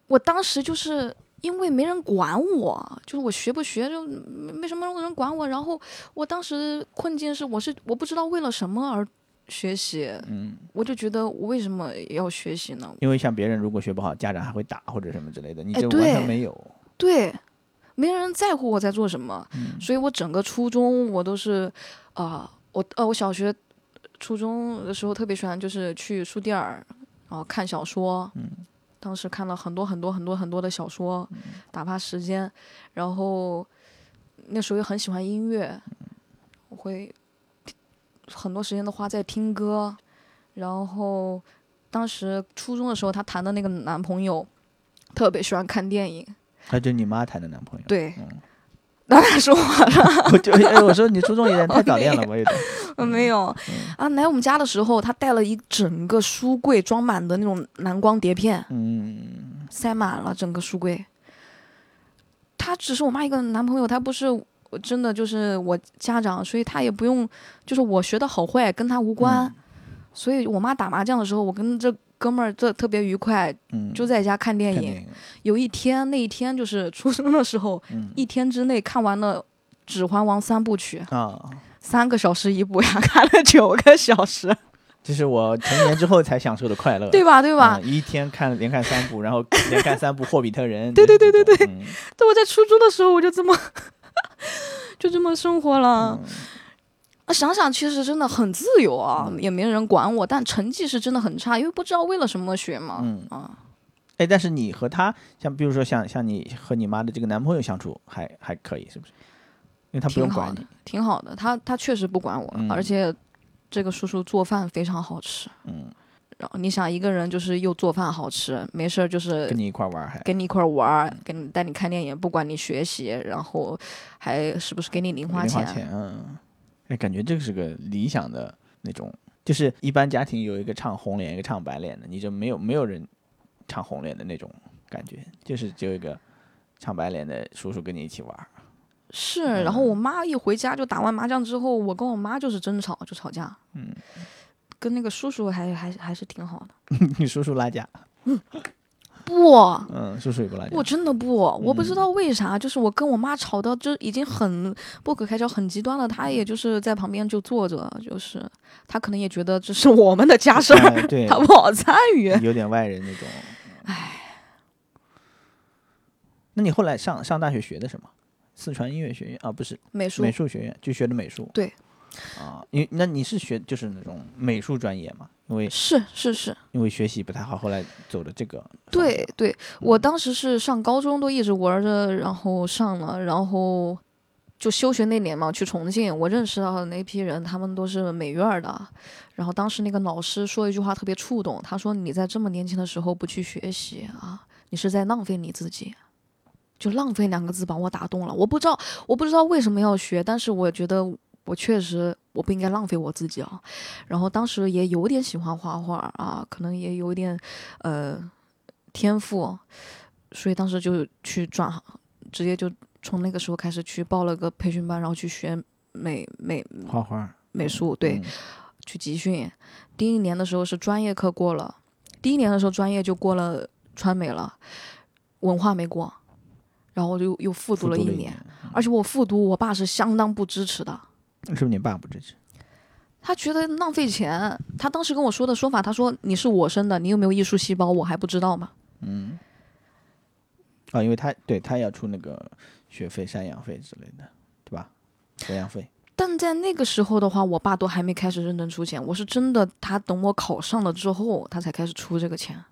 Speaker 1: 我当时就是因为没人管我，就是我学不学就没没什么人管我，然后我当时困境是我是我不知道为了什么而学习，
Speaker 2: 嗯，
Speaker 1: 我就觉得我为什么要学习呢？
Speaker 2: 因为像别人如果学不好，家长还会打或者什么之类的，你
Speaker 1: 哎
Speaker 2: 这完全
Speaker 1: 对
Speaker 2: 没有。
Speaker 1: 对，没人在乎我在做什么，所以我整个初中我都是，啊、我呃，我小学、初中的时候特别喜欢就是去书店儿，然后看小说，当时看了很多很多很多很多的小说，打发时间，然后那时候又很喜欢音乐，我会很多时间都花在听歌，然后当时初中的时候，她谈的那个男朋友特别喜欢看电影。
Speaker 2: 那就你妈谈的男朋 友。
Speaker 1: 对，
Speaker 2: 嗯
Speaker 1: 当然是我
Speaker 2: 我就哎，我说你初中有点太早 恋了，我有点。
Speaker 1: 了， 没有
Speaker 2: 嗯
Speaker 1: 啊。来我们家的时候，他带了一整个书柜装满的那种蓝光碟片，
Speaker 2: 嗯，
Speaker 1: 塞满了整个书柜。他只是我妈一个男朋友，他不是我真的就是我家长，所以他也不用，就是我学的好坏跟他无关。
Speaker 2: 嗯
Speaker 1: 所以我妈打麻将的时候，我跟这哥们儿这特别愉快，
Speaker 2: 嗯，
Speaker 1: 就在家看电
Speaker 2: 看
Speaker 1: 影。
Speaker 2: 电影，
Speaker 1: 有一天，那一天就是出生的时候，
Speaker 2: 嗯
Speaker 1: 一天之内看完了。《指环王》三部曲，
Speaker 2: 啊，
Speaker 1: 三个小时一部呀， 看了九个小时，
Speaker 2: 这是我成年之后才享受的快乐，
Speaker 1: 对吧？对
Speaker 2: 对嗯
Speaker 1: 吧？
Speaker 2: 一天看连看三部，然 后连看三部《霍比特人》，对对对对对，嗯
Speaker 1: 对，我在初中的时候我就这么 就这么生活了。
Speaker 2: 嗯
Speaker 1: 啊，想想其实真的很自由啊，
Speaker 2: 嗯
Speaker 1: 也没人管我，但成绩是真的很差，因为不知道为了什么学嘛。
Speaker 2: 嗯
Speaker 1: 啊，
Speaker 2: 哎，但是你和他，像比如说像像你和你妈的这个男朋友相处还还可以，是不是？因为他不用
Speaker 1: 挺好
Speaker 2: 管
Speaker 1: 的
Speaker 2: 你，，
Speaker 1: 挺好的。他他确实不管我，
Speaker 2: 嗯
Speaker 1: 而且这个叔叔做饭非常好吃。
Speaker 2: 嗯，
Speaker 1: 然后你想，一个人就是又做饭好吃，没事儿就是
Speaker 2: 跟你一块儿玩儿嗯还，
Speaker 1: 跟你一块儿玩儿，跟你带你看电影，不管你学习，然后还时不时给你零花
Speaker 2: 零花
Speaker 1: 钱。
Speaker 2: 钱，嗯，哎，感觉这个是个理想的那种，就是一般家庭有一个唱红脸，一个唱白脸的，你就没有没有人唱红脸的那种感觉，就是只有一个唱白脸的叔叔跟你一起玩儿，
Speaker 1: 是，
Speaker 2: 嗯
Speaker 1: 然后我妈一回家就打完麻将之后，我跟我妈就是争吵，就吵架。嗯，跟那个叔叔还还还是挺好的。
Speaker 2: 你叔叔拉架，
Speaker 1: 不，
Speaker 2: 嗯，叔叔也不拉架
Speaker 1: 我，真的不，我
Speaker 2: 嗯
Speaker 1: 不知道为啥，就是我跟我妈吵到就已经很不可开交、很极端了，她也就是在旁边就坐着，就是她可能也觉得这是我们的家事儿，
Speaker 2: 哎对，
Speaker 1: 她啊不好参与。
Speaker 2: 有点外人那种，唉。那你后来上上大学学的什么？四川音乐学院啊，不是
Speaker 1: 美术
Speaker 2: 美术学院，就学的美术。
Speaker 1: 对。
Speaker 2: 啊，因为那你是学就是那种美术专业嘛？因为
Speaker 1: 是是是，
Speaker 2: 因为学习不太好，后来走的这个方向。
Speaker 1: 对对，我当时是上高中都一直玩着，然后上了，然后就休学那年嘛，去重庆，我认识到的那批人，他们都是美院儿的。然后当时那个老师说一句话特别触动，他说：“你在这么年轻的时候不去学习啊，你是在浪费你自己。”就浪费两个字把我打动了。我不知道，我不知道为什么要学，但是我觉得我确实我不应该浪费我自己啊。然后当时也有点喜欢画画啊，可能也有点呃天赋，所以当时就去转行，直接就从那个时候开始去报了个培训班，然后去学美美
Speaker 2: 画画。
Speaker 1: 美术，对，
Speaker 2: 嗯
Speaker 1: 去集训。第一年的时候是专业课过了，第一年的时候专业就过了川美了，文化没过，然后就又复
Speaker 2: 复
Speaker 1: 读了一
Speaker 2: 年，
Speaker 1: 年，而且我复读，我爸是相当不支持的。
Speaker 2: 是不是你爸不支持？
Speaker 1: 他觉得浪费钱，他当时跟我说的说法，他说你是我生的，你有没有艺术细胞我还不知道吗？
Speaker 2: 啊，因为他对他要出那个学费、赡养费之类的，对吧？抚养费。
Speaker 1: 但在那个时候的话，我爸都还没开始认真出钱，我是真的，他等我考上了之后，他才开始出这个钱。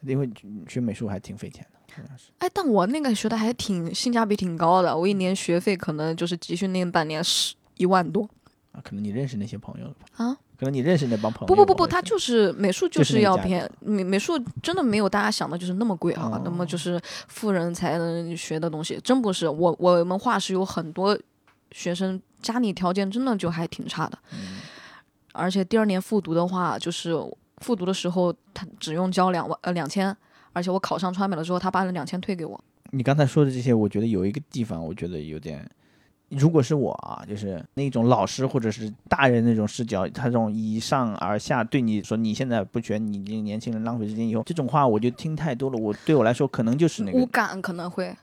Speaker 2: 因为学美术还挺费钱的，好像是。
Speaker 1: 哎，但我那个学的还挺性价比挺高的，我一年学费可能就是集训那半年十一万多
Speaker 2: 啊，可能你认识那些朋友了吧？
Speaker 1: 啊！
Speaker 2: 可能你认识那帮朋友。
Speaker 1: 不不不不，
Speaker 2: 我也
Speaker 1: 他
Speaker 2: 是
Speaker 1: 就是美术
Speaker 2: 就是是那
Speaker 1: 要
Speaker 2: 价
Speaker 1: 便美美术真的没有大家想的就是那么贵啊，那
Speaker 2: 哦
Speaker 1: 么就是富人才能学的东西，真不是。我我们画室有很多学生家里条件真的就还挺差的，
Speaker 2: 嗯
Speaker 1: 而且第二年复读的话，就是复读的时候他只用交两万呃两千，而且我考上川美了之后，他把那两千退给我。
Speaker 2: 你刚才说的这些，我觉得有一个地方，我觉得有点，如果是我啊，就是那种老师或者是大人那种视角，他这种以上而下对你说你现在不学，你这年轻人浪费时间，以后这种话我就听太多了。我对我来说，可能就是那
Speaker 1: 无
Speaker 2: 个，
Speaker 1: 感可能会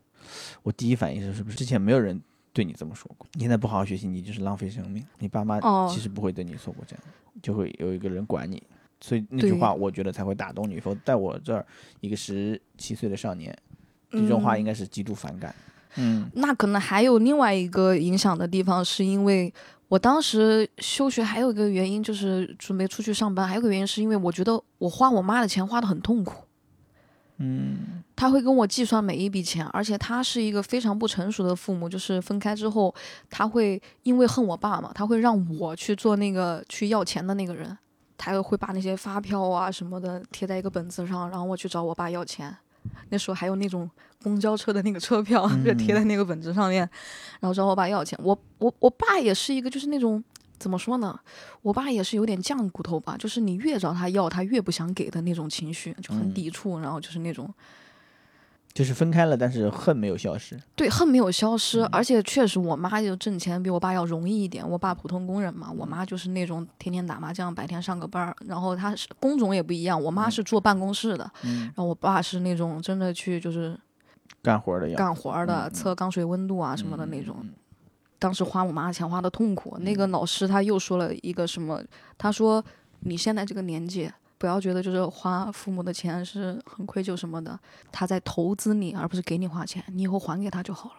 Speaker 2: 我第一反应是是不是之前没有人对你这么说过？你现在不好好学习，你就是浪费生命。你爸妈
Speaker 1: 哦
Speaker 2: 啊其实不会对你说过这样，就会有一个人管你。所以那句
Speaker 1: 对
Speaker 2: 话，我觉得才会打动你。否则在我这儿，一个十七岁的少年，
Speaker 1: 嗯
Speaker 2: 这种话应该是极度反感。嗯
Speaker 1: 那可能还有另外一个影响的地方，是因为我当时休学还有一个原因就是准备出去上班，还有一个原因是因为我觉得我花我妈的钱花的很痛苦。嗯，他会跟我计算每一笔钱，而且他是一个非常不成熟的父母，就是分开之后，他会因为恨我爸嘛，他会让我去做那个去要钱的那个人，他会把那些发票啊什么的贴在一个本子上，然后我去找我爸要钱。那时候还有那种公交车的那个车票，就贴在那个本子上面，然后找我爸要钱。我我我爸也是一个就是那种怎么说呢？我爸也是有点犟骨头吧，就是你越找他要，他越不想给的那种情绪，就很
Speaker 2: 嗯
Speaker 1: 抵触，然后就是那种
Speaker 2: 就是分开了，但是恨没有消失。
Speaker 1: 对恨没有消失。而且确实，我妈就挣钱比我爸要容易一点。我爸普通工人嘛，我妈就是那种天天打麻将，白天上个班儿，然后她是工种也不一样，我妈是坐办公室的，
Speaker 2: 嗯，
Speaker 1: 然后我爸是那种真的去就是
Speaker 2: 干活的要
Speaker 1: 干活儿的，
Speaker 2: 嗯嗯
Speaker 1: 测钢水温度啊什么的那种。
Speaker 2: 嗯嗯嗯
Speaker 1: 当时花我妈钱花的痛苦。那个老师他又说了一个什么？他说你现在这个年纪，不要觉得就是花父母的钱是很愧疚什么的，他在投资你，而不是给你花钱，你以后还给他就好了。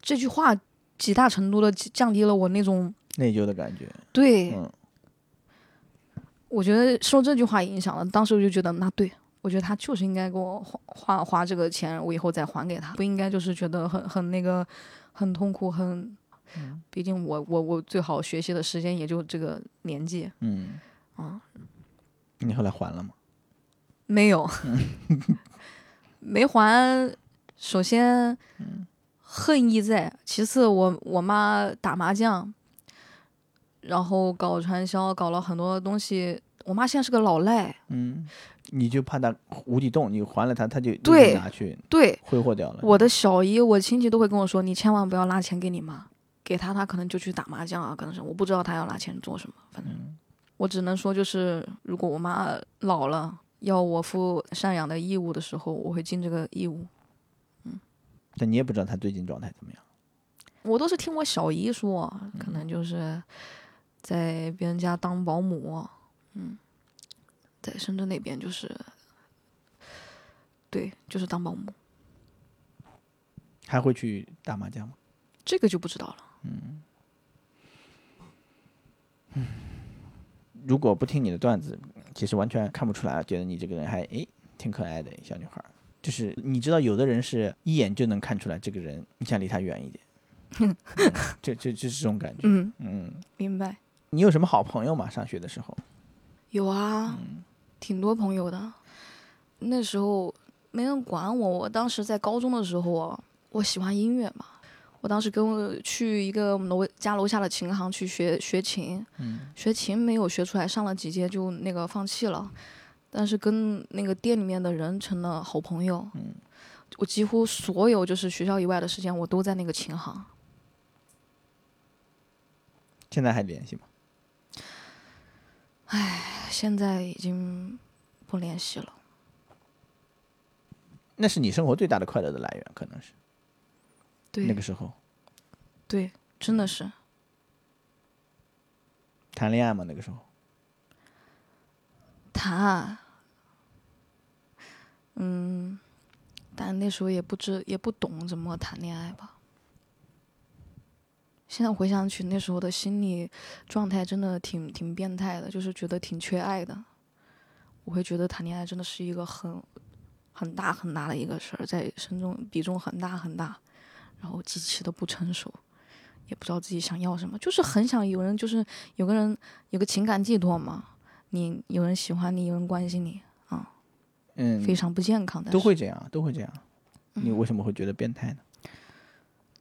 Speaker 1: 这句话极大程度的降低了我那种
Speaker 2: 内疚的感觉。
Speaker 1: 对，
Speaker 2: 嗯
Speaker 1: 我觉得受这句话影响了，当时我就觉得那对。我觉得他就是应该给我花花花这个钱，我以后再还给他，不应该就是觉得很很那个，很痛苦，很，毕竟我我我最好学习的时间也就这个年纪
Speaker 2: 嗯，
Speaker 1: 啊、
Speaker 2: 你后来还了吗？
Speaker 1: 没有， 没还。首先，恨意在；其次我，我妈打麻将，然后搞传销，搞了很多东西。我妈现在是个老赖，
Speaker 2: 嗯，你就怕他无底洞，你还了他，他就
Speaker 1: 对
Speaker 2: 立马拿去
Speaker 1: 对，
Speaker 2: 挥霍掉了。
Speaker 1: 我的小姨，我亲戚都会跟我说，你千万不要拉钱给你妈，给她她可能就去打麻将啊，可能是我不知道她要拿钱做什么，反正我只能说就是，如果我妈老了要我负赡养的义务的时候，我会尽这个义务。
Speaker 2: 但你也不知道他最近状态怎么样。
Speaker 1: 我都是听我小姨说，可能就是在别人家当保姆，嗯，在深圳那边就是，对，就是当保姆，
Speaker 2: 还会去打麻将吗？
Speaker 1: 这个就不知道了。
Speaker 2: 如果不听你的段子，其实完全看不出来，觉得你这个人还诶挺可爱的小女孩儿。就是你知道，有的人是一眼就能看出来这个人，你想离他远一点， 嗯就就就是这种感觉。
Speaker 1: 嗯，
Speaker 2: 嗯，
Speaker 1: 明白。
Speaker 2: 你有什么好朋友吗？上学的时候，
Speaker 1: 有啊，
Speaker 2: 嗯
Speaker 1: 挺多朋友的。那时候没人管我，我当时在高中的时候啊，我喜欢音乐嘛，我当时跟我去一个我们楼家楼下的琴行去学学琴，
Speaker 2: 嗯
Speaker 1: 学琴没有学出来，上了几节就那个放弃了，但是跟那个店里面的人成了好朋友。
Speaker 2: 嗯
Speaker 1: 我几乎所有就是学校以外的时间，我都在那个琴行。
Speaker 2: 现在还联系吗？
Speaker 1: 现在已经不联系了。
Speaker 2: 那是你生活最大的快乐的来源，可能是
Speaker 1: 对、
Speaker 2: 那个时候
Speaker 1: 对，真的是
Speaker 2: 谈恋爱嘛，那个时候
Speaker 1: 谈，嗯，但那时候也不知也不懂怎么谈恋爱吧。现在回想起那时候的心理状态，真的挺挺变态的，就是觉得挺缺爱的。我会觉得谈恋爱真的是一个很很大很大的一个事儿，在身中比重很大很大，然后极其的不成熟，也不知道自己想要什么，就是很想有人，就是有个人有个情感寄托嘛，你有人喜欢你，有人关心你，
Speaker 2: 嗯，
Speaker 1: 非常不健康的。
Speaker 2: 都会这样，都会这样。你为什么会觉得变态呢？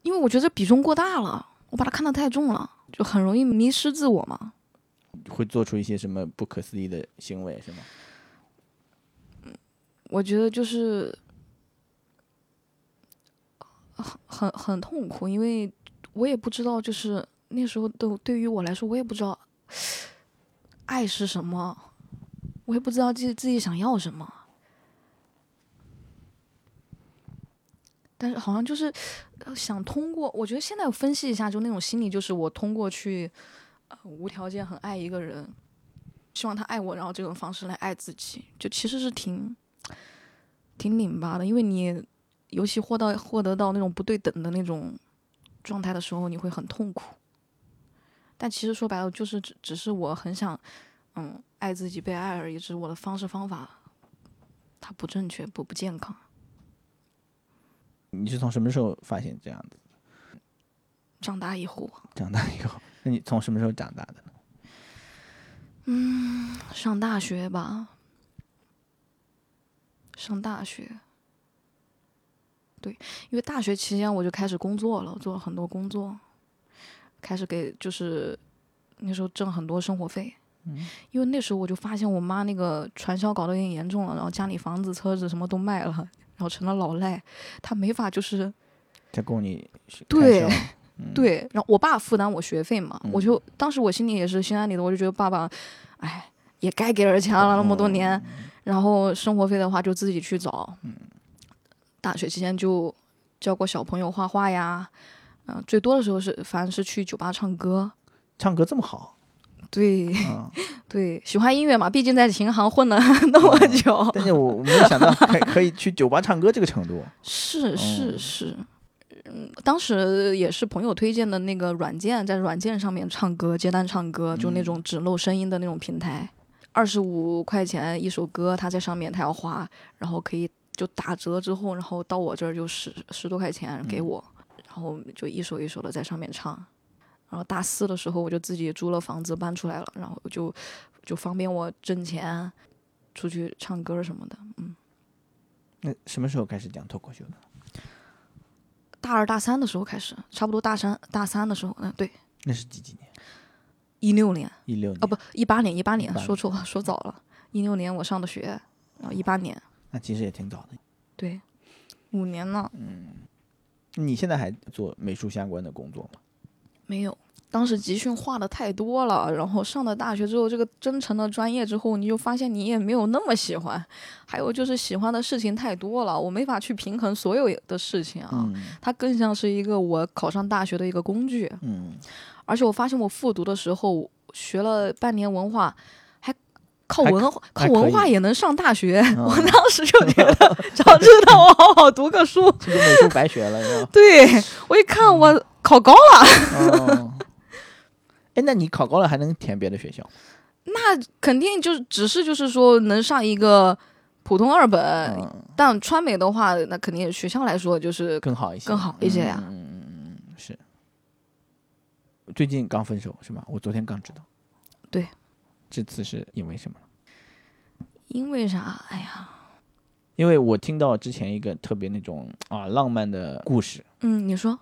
Speaker 1: 因为我觉得比重过大了，我把它看得太重了，就很容易迷失自我嘛。嗯
Speaker 2: 会做出一些什么不可思议的行为是吗？
Speaker 1: 我觉得就是呃很很很痛苦，因为我也不知道，就是那时候的对于我来说，我也不知道爱是什么，我也不知道自己自己想要什么。但是好像就是呃想通过，我觉得现在我分析一下，就那种心理，就是我通过去呃无条件很爱一个人，希望他爱我，然后这种方式来爱自己，就其实是挺挺拧巴的，因为你尤其获到获得到那种不对等的那种状态的时候，你会很痛苦。但其实说白了，就是只只是我很想，嗯，爱自己被爱而已，只是我的方式方法它不正确，不不健康。
Speaker 2: 你是从什么时候发现这样的？
Speaker 1: 长大以后，
Speaker 2: 长大以后，那你从什么时候长大的呢？
Speaker 1: 上大学吧，上大学，对，因为大学期间我就开始工作了，做了很多工作，开始给就是那时候挣很多生活费。因为那时候我就发现我妈那个传销搞得有点严重了，然后家里房子、车子什么都卖了，然后成了老赖，她没法就是
Speaker 2: 再供你去
Speaker 1: 对
Speaker 2: 看小，嗯，
Speaker 1: 对，然后我爸负担我学费嘛，
Speaker 2: 嗯
Speaker 1: 我就当时我心里也是心安理得，我就觉得爸爸，哎，也该给点钱了那么多年，
Speaker 2: 哦
Speaker 1: 然后生活费的话就自己去找。
Speaker 2: 嗯
Speaker 1: 大学期间就教过小朋友画画呀，嗯、最多的时候是反正是去酒吧唱歌。
Speaker 2: 唱歌这 么好，
Speaker 1: 对
Speaker 2: 嗯，
Speaker 1: 对，喜欢音乐嘛，毕竟在琴行混了 那
Speaker 2: 哦
Speaker 1: 么久，
Speaker 2: 但是我我没有想到可以可以去酒吧唱歌这个程度，
Speaker 1: 是是
Speaker 2: 嗯
Speaker 1: 是，嗯，当时也是朋友推荐的那个软件，在软件上面唱歌、接单唱歌，就那种只露声音的那种平台，二十五块钱一首歌，他在上面他要花，然后可以就打折之后，然后到我这儿就十十多块钱给我，然后就一首一首的在上面唱。然后大四的时候，我就自己租了房子搬出来了，然后就就方便我挣钱，出去唱歌什么的。嗯，
Speaker 2: 那什么时候开始讲脱口秀的？
Speaker 1: 大二大三的时候开始，差不多大三大三的时候，嗯，对，
Speaker 2: 那是几几年？
Speaker 1: 一六年
Speaker 2: 一六年
Speaker 1: 啊，不，一八年，一八年
Speaker 2: 18，年
Speaker 1: 说错了，说早了，一六年我上的学，然后一八年，
Speaker 2: 那其实也挺早的。
Speaker 1: 对，五年了，
Speaker 2: 你现在还做美术相关的工作吗？
Speaker 1: 没有。当时集训画的太多了，然后上了大学之后，这个真诚的专业之后，你就发现你也没有那么喜欢，还有就是喜欢的事情太多了，我没法去平衡所有的事情啊。它更像是一个我考上大学的一个工具。
Speaker 2: 嗯，
Speaker 1: 而且我发现我复读的时候学了半年文化，还靠文化靠
Speaker 2: 还可以
Speaker 1: 文化也能上大学，
Speaker 2: 嗯
Speaker 1: 我当时就觉 得早知道我好好读个书。？
Speaker 2: 这个美术白学了是吧
Speaker 1: 对我一
Speaker 2: 嗯
Speaker 1: 看我考高了，
Speaker 2: 哦，哎，那你考高了还能填别的学校？
Speaker 1: 肯定就是只是就是说能上一个普通二本，
Speaker 2: 嗯，
Speaker 1: 但川美的话，那肯定学校来说就是
Speaker 2: 更好一些，
Speaker 1: 更好一些呀
Speaker 2: 嗯嗯嗯嗯，是。嗯最近刚分手是吧？我昨天刚知道。
Speaker 1: 对。
Speaker 2: 这次是因为什么？
Speaker 1: 因为啥？哎呀，
Speaker 2: 因为我听到之前一个特别那种啊浪漫的故事，
Speaker 1: 嗯，你说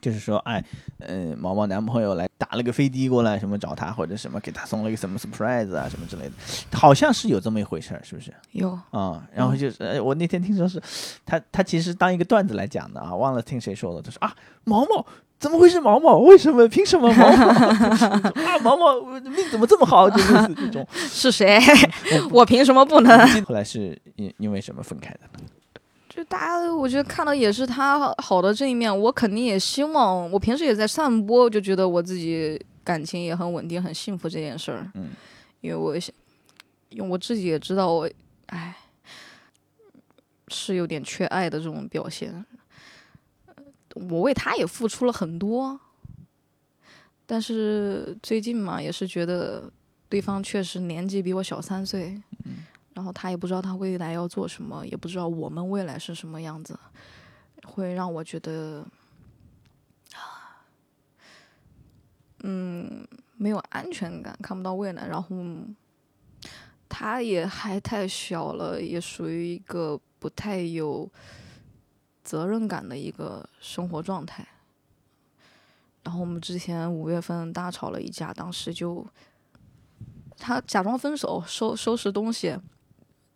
Speaker 2: 就是说，哎，呃，毛毛男朋友来打了个飞的过来，什么找他或者什么给他送了一个什么 surprise 啊，什么之类的，好像是有这么一回事儿，是不是？
Speaker 1: 有
Speaker 2: 啊、然后就是、呃我那天听说是，他他其实当一个段子来讲的啊，忘了听谁说的，他说啊，毛毛怎么会是毛毛？为什么？凭什么毛毛？啊，毛毛我的命怎么这么好？就类似这种。
Speaker 1: 是谁？ 我凭什么不能？
Speaker 2: 后来是因因为什么分开的？
Speaker 1: 就大家，我觉得看到也是他好的这一面，我肯定也希望。我平时也在散播，就觉得我自己感情也很稳定、很幸福这件事儿。
Speaker 2: 嗯，
Speaker 1: 因为我想，因为我自己也知道我，哎，是有点缺爱的这种表现。我为他也付出了很多，但是最近嘛，也是觉得对方确实年纪比我小三岁，然后他也不知道他未来要做什么，也不知道我们未来是什么样子，会让我觉得，嗯，没有安全感，看不到未来。然后他也还太小了，也属于一个不太有责任感的一个生活状态。然后我们之前五月份大吵了一架，当时就他假装分手，收收拾东西，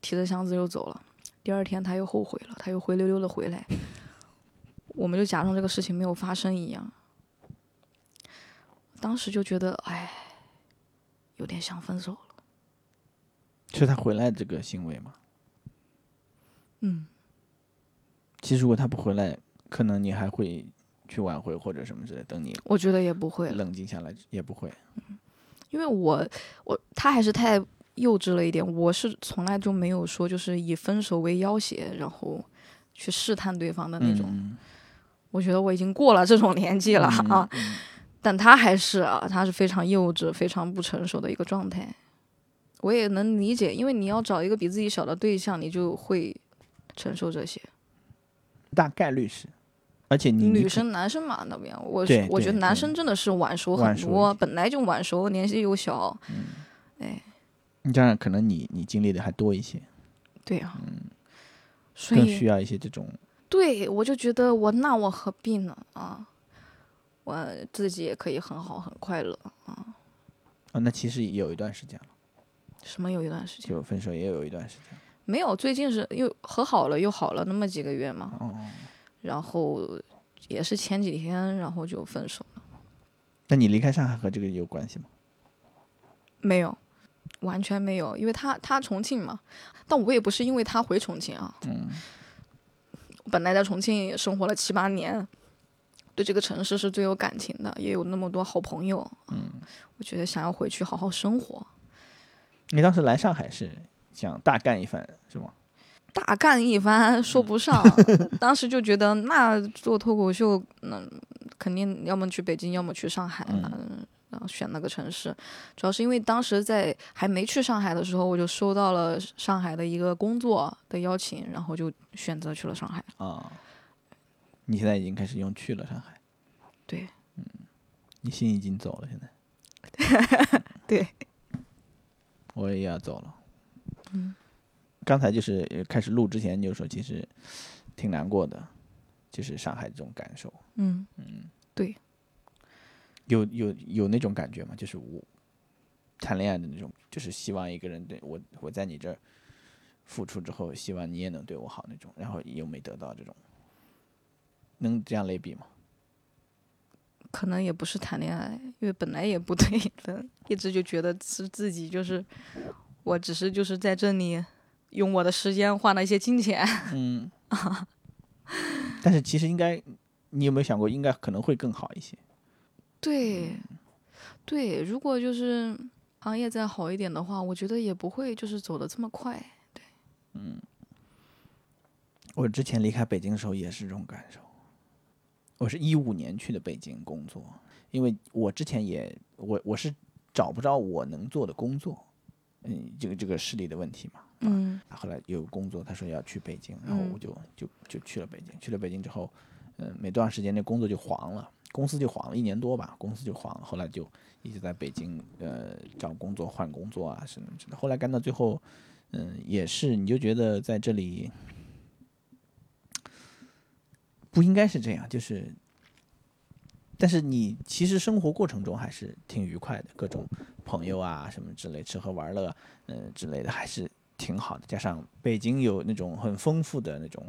Speaker 1: 提着箱子又走了。第二天他又后悔了，他又灰溜溜的回来，我们就假装这个事情没有发生一样。当时就觉得，哎，有点想分手了。
Speaker 2: 是他回来这个行为吗？
Speaker 1: 嗯，
Speaker 2: 其实如果他不回来，可能你还会去挽回或者什么之类，等你
Speaker 1: 我觉得也不会了，
Speaker 2: 冷静下来也不会。
Speaker 1: 因为我我他还是太幼稚了一点。我是从来就没有说就是以分手为要挟，然后去试探对方的那种。
Speaker 2: 嗯
Speaker 1: 我觉得我已经过了这种年纪了、啊。
Speaker 2: 嗯
Speaker 1: 但他还是啊，他是非常幼稚、非常不成熟的一个状态。我也能理解，因为你要找一个比自己小的对象，你就会承受这些。
Speaker 2: 大概率是，而且你
Speaker 1: 女
Speaker 2: 你
Speaker 1: 生、男生嘛，那边我
Speaker 2: 对
Speaker 1: 我觉
Speaker 2: 对
Speaker 1: 得男
Speaker 2: 对
Speaker 1: 生真的是晚熟
Speaker 2: 晚
Speaker 1: 很
Speaker 2: 熟一
Speaker 1: 多，
Speaker 2: 点
Speaker 1: 本来就晚熟，年纪又小，哎，
Speaker 2: 你这样可能你你经历的还多一些，
Speaker 1: 对啊，所
Speaker 2: 嗯更
Speaker 1: 以
Speaker 2: 需要一些这种
Speaker 1: 对我就觉得我那我何必呢啊？我自己也可以很好很快乐啊，
Speaker 2: 哦，那其实也有一段时间了，
Speaker 1: 什么有一段时间
Speaker 2: 就分手也有一段时间。
Speaker 1: 没有，最近是又和好了又好了那么几个月嘛，
Speaker 2: 哦，
Speaker 1: 然后也是前几天然后就分手了，
Speaker 2: 那你离开上海和这个有关系吗？
Speaker 1: 没有，完全没有，因为他他重庆嘛，但我也不是因为他回重庆啊，
Speaker 2: 嗯，
Speaker 1: 我本来在重庆生活了七八年，对这个城市是最有感情的，也有那么多好朋友，嗯，我觉得想要回去好好生活，
Speaker 2: 你当时来上海是想大干一番是吗？
Speaker 1: 大干一番说不上，当时就觉得那做脱口秀，那肯定要么去北京，要么去上海嘛。然后选那个城市，主要是因为当时在还没去上海的时候，我就收到了上海的一个工作的邀请，然后就选择去了上海。
Speaker 2: 啊、你现在已经开始用去了上海，嗯
Speaker 1: 对，
Speaker 2: 你心已经走了，现在
Speaker 1: 对，
Speaker 2: 我也要走了。嗯，刚才就是呃开始录之前你就说，其实挺难过的，就是上海这种感受，
Speaker 1: 嗯，
Speaker 2: 有有有那种感觉吗？就是我谈恋爱的那种，就是希望一个人对我我在你这儿付出之后，希望你也能对我好那种，然后又没得到这种，能这样类比吗？
Speaker 1: 可能也不是谈恋爱，因为本来也不对的，一直就觉得是自己就是，我只是就是在这里用我的时间换了一些金钱，
Speaker 2: 嗯， 但是其实应该，你有没有想过，应该可能会更好一些？
Speaker 1: 对，对，如果就是行业再好一点的话，我觉得也不会就是走的这么快。
Speaker 2: 我之前离开北京的时候也是这种感受。我是一五年去的北京工作，因为我之前也我我是找不着我能做的工作，嗯，这个这个视力的问题嘛。
Speaker 1: 嗯
Speaker 2: 后来有工作，他说要去北京，然后我就、就就去了北京。去了北京之后，嗯、没多长时间那工作就黄了，公司就黄了一年多吧，公司就黄了。后来就一直在北京呃找工作、换工作啊什么之类的。后来干到最后，嗯、也是你就觉得在这里不应该是这样，就是。但是你其实生活过程中还是挺愉快的，各种朋友啊什么之类，吃喝玩乐，嗯、之类的，还是挺好的。加上北京有那种很丰富的那种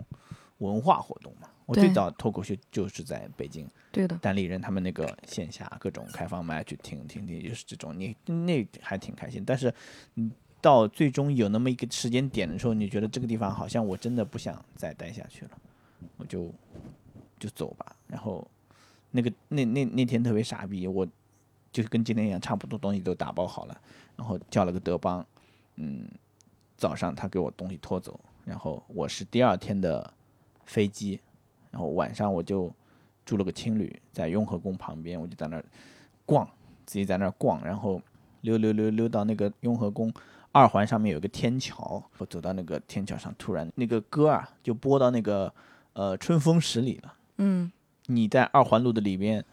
Speaker 2: 文化活动嘛，我最
Speaker 1: 对
Speaker 2: 早脱口秀就是在北京
Speaker 1: 对的，
Speaker 2: 单立人他们那个线下各种开放麦去听听听，就是这种，你那还挺开心。但是，嗯，到最终有那么一个时间点的时候，你觉得这个地方好像我真的不想再待下去了，我就就走吧。然后，那个那那那天特别傻逼，我就是跟今天一样，差不多东西都打包好了，然后叫了个德邦，嗯，早上他给我东西拖走，然后我是第二天的飞机，然后晚上我就。住了个青旅，在雍和宫旁边，我就在那儿逛，自己在那儿逛，然后溜溜溜溜到那个雍和宫二环上面有个天桥，我走到那个天桥上，突然那个歌啊就播到那个呃《春风十里》了。
Speaker 1: 嗯，
Speaker 2: 你在二环路的里边，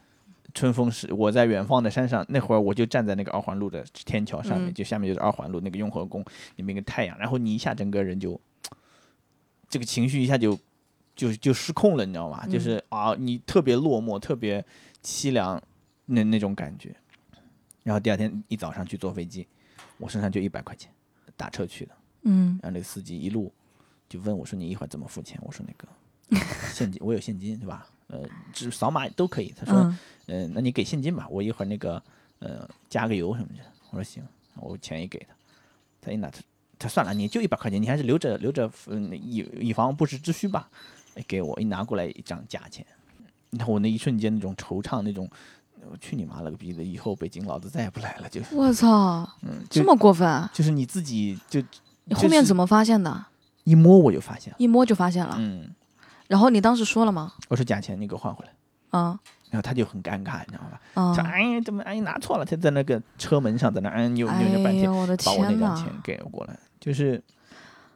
Speaker 2: 春风十，我在远方的山上。那会儿我就站在那个二环路的天桥上面，
Speaker 1: 嗯
Speaker 2: 就下面就是二环路那个雍和宫那边一个太阳，然后你一下整个人就，这个情绪一下就就就失控了，你知道吗？就是啊，你特别落寞，特别凄凉，那那种感觉。然后第二天一早上去坐飞机，我身上就一百块钱，打车去的。
Speaker 1: 嗯，
Speaker 2: 然后那个司机一路就问我说：“你一会儿怎么付钱？”我说：“那个 现金，我有现金，对吧？呃，只扫码都可以。”他说：“
Speaker 1: 嗯，
Speaker 2: 嗯、那你给现金吧，我一会儿那个呃加个油什么的。”我说：“行，我钱也给他。”他一拿，他他算了，你就一百块钱，你还是留着留着，嗯，以以防不时之需吧。哎给我一拿过来一张价钱，然后我那一瞬间那种惆怅，那种我去你妈了个逼的，以后北京老子再也不来了，就
Speaker 1: 我操，
Speaker 2: 嗯，
Speaker 1: 这
Speaker 2: 就
Speaker 1: 么过分啊！
Speaker 2: 就是你自己就
Speaker 1: 你后面
Speaker 2: 就是
Speaker 1: 怎么发现的？
Speaker 2: 一摸我就发现了，
Speaker 1: 一摸就发现了。
Speaker 2: 嗯。
Speaker 1: 然后你当时说了吗？
Speaker 2: 我说假钱，你给我换回来。
Speaker 1: 啊
Speaker 2: 然后他就很尴尬，你知道吧？
Speaker 1: 啊
Speaker 2: 他！哎呀，怎么哎拿错了？他在那个车门上在那哎扭扭
Speaker 1: 哎
Speaker 2: 扭半
Speaker 1: 呀，
Speaker 2: 天，
Speaker 1: 我的
Speaker 2: 把我那
Speaker 1: 天
Speaker 2: 张
Speaker 1: 呐
Speaker 2: 钱，给我过来。就是